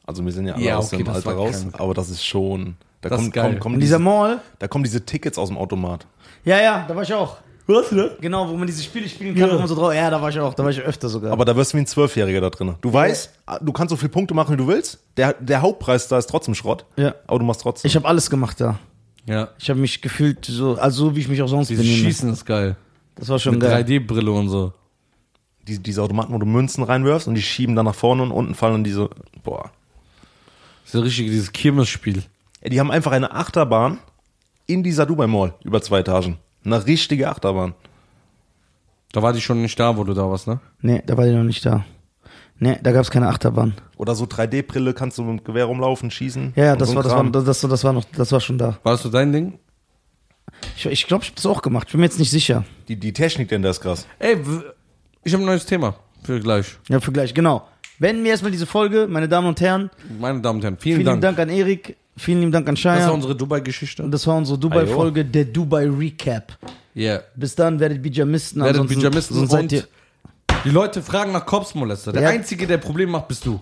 [SPEAKER 3] Also wir sind ja alle
[SPEAKER 2] Ja,
[SPEAKER 3] aus
[SPEAKER 2] okay,
[SPEAKER 3] dem
[SPEAKER 2] das
[SPEAKER 3] Alter
[SPEAKER 2] war
[SPEAKER 3] raus,
[SPEAKER 2] krank.
[SPEAKER 3] aber das ist schon. Da
[SPEAKER 2] Das
[SPEAKER 3] kommen,
[SPEAKER 2] ist geil.
[SPEAKER 3] kommen, kommen
[SPEAKER 1] in dieser
[SPEAKER 3] diese,
[SPEAKER 1] Mall.
[SPEAKER 3] da kommen diese Tickets aus dem Automat.
[SPEAKER 1] Ja, ja, da war ich auch.
[SPEAKER 2] Was, ne?
[SPEAKER 1] Genau, wo man diese Spiele spielen kann, wo man so drauf. Ja, da war ich auch, da war ich öfter sogar.
[SPEAKER 3] Aber da wirst du wie ein Zwölfjähriger da drin. Du weißt, du kannst so viele Punkte machen, wie du willst. Der, der Hauptpreis da ist trotzdem Schrott.
[SPEAKER 1] Ja.
[SPEAKER 3] Aber du machst trotzdem.
[SPEAKER 1] ich habe alles gemacht da.
[SPEAKER 2] Ja.
[SPEAKER 1] Ich habe mich gefühlt so, also so wie ich mich auch sonst
[SPEAKER 2] Dieses
[SPEAKER 1] benehme.
[SPEAKER 2] Schießen ist geil.
[SPEAKER 1] Das war schon
[SPEAKER 2] Mit
[SPEAKER 1] geil.
[SPEAKER 2] 3D-Brille und so.
[SPEAKER 3] Die, diese Automaten, wo du Münzen reinwirfst und die schieben dann nach vorne und unten fallen dann diese. Boah.
[SPEAKER 2] So richtig dieses Kirmesspiel.
[SPEAKER 3] Ja, die haben einfach eine Achterbahn in dieser Dubai Mall über zwei Etagen. Eine richtige Achterbahn.
[SPEAKER 2] Da war die schon nicht da, wo du da warst, ne?
[SPEAKER 1] Nee, da war die noch nicht da. Nee, da gab's keine Achterbahn.
[SPEAKER 3] Oder so 3D-Brille kannst du mit dem Gewehr rumlaufen, schießen.
[SPEAKER 1] Ja, ja,
[SPEAKER 3] Und
[SPEAKER 1] das
[SPEAKER 3] so
[SPEAKER 1] war,
[SPEAKER 3] ein
[SPEAKER 1] das war,
[SPEAKER 3] Kram.
[SPEAKER 1] das, das war noch, das war schon da.
[SPEAKER 2] War das so dein Ding?
[SPEAKER 1] Ich glaube, ich, glaub, ich habe das auch gemacht. Ich bin mir jetzt nicht sicher.
[SPEAKER 3] Die, die Technik denn, da ist krass.
[SPEAKER 2] Ey, w- ich habe ein neues Thema für gleich.
[SPEAKER 1] Ja, für gleich, genau. Wenn mir erstmal diese Folge, meine Damen und Herren,
[SPEAKER 2] Meine Damen und Herren, vielen,
[SPEAKER 1] vielen lieben
[SPEAKER 2] Dank.
[SPEAKER 1] Dank an Erik, vielen lieben Dank an Shaya.
[SPEAKER 2] Das war unsere Dubai-Geschichte.
[SPEAKER 1] Das war unsere Dubai-Folge, der Dubai-Recap.
[SPEAKER 2] Yeah.
[SPEAKER 1] Bis dann, werdet Bijamisten.
[SPEAKER 2] Werdet
[SPEAKER 1] ansonsten-
[SPEAKER 2] Bijamisten
[SPEAKER 1] sonst seid
[SPEAKER 2] und
[SPEAKER 1] ihr.
[SPEAKER 2] die Leute fragen nach Kopfsmolester. Der
[SPEAKER 1] Ja.
[SPEAKER 2] Einzige, der Probleme macht, bist du.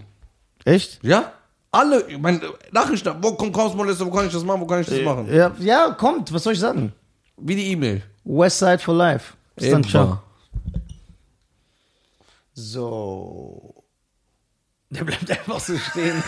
[SPEAKER 1] Echt?
[SPEAKER 2] Ja? Alle, ich meine, Nachrichten, wo kommt Kopfsmolester, wo kann ich das machen, wo kann ich das machen?
[SPEAKER 1] Ja, ja, kommt, was soll ich sagen?
[SPEAKER 2] Wie die E-Mail.
[SPEAKER 1] Westside for Life. Bis dann,
[SPEAKER 2] Eben
[SPEAKER 1] ciao.
[SPEAKER 2] wahr.
[SPEAKER 1] So. Der bleibt einfach so stehen.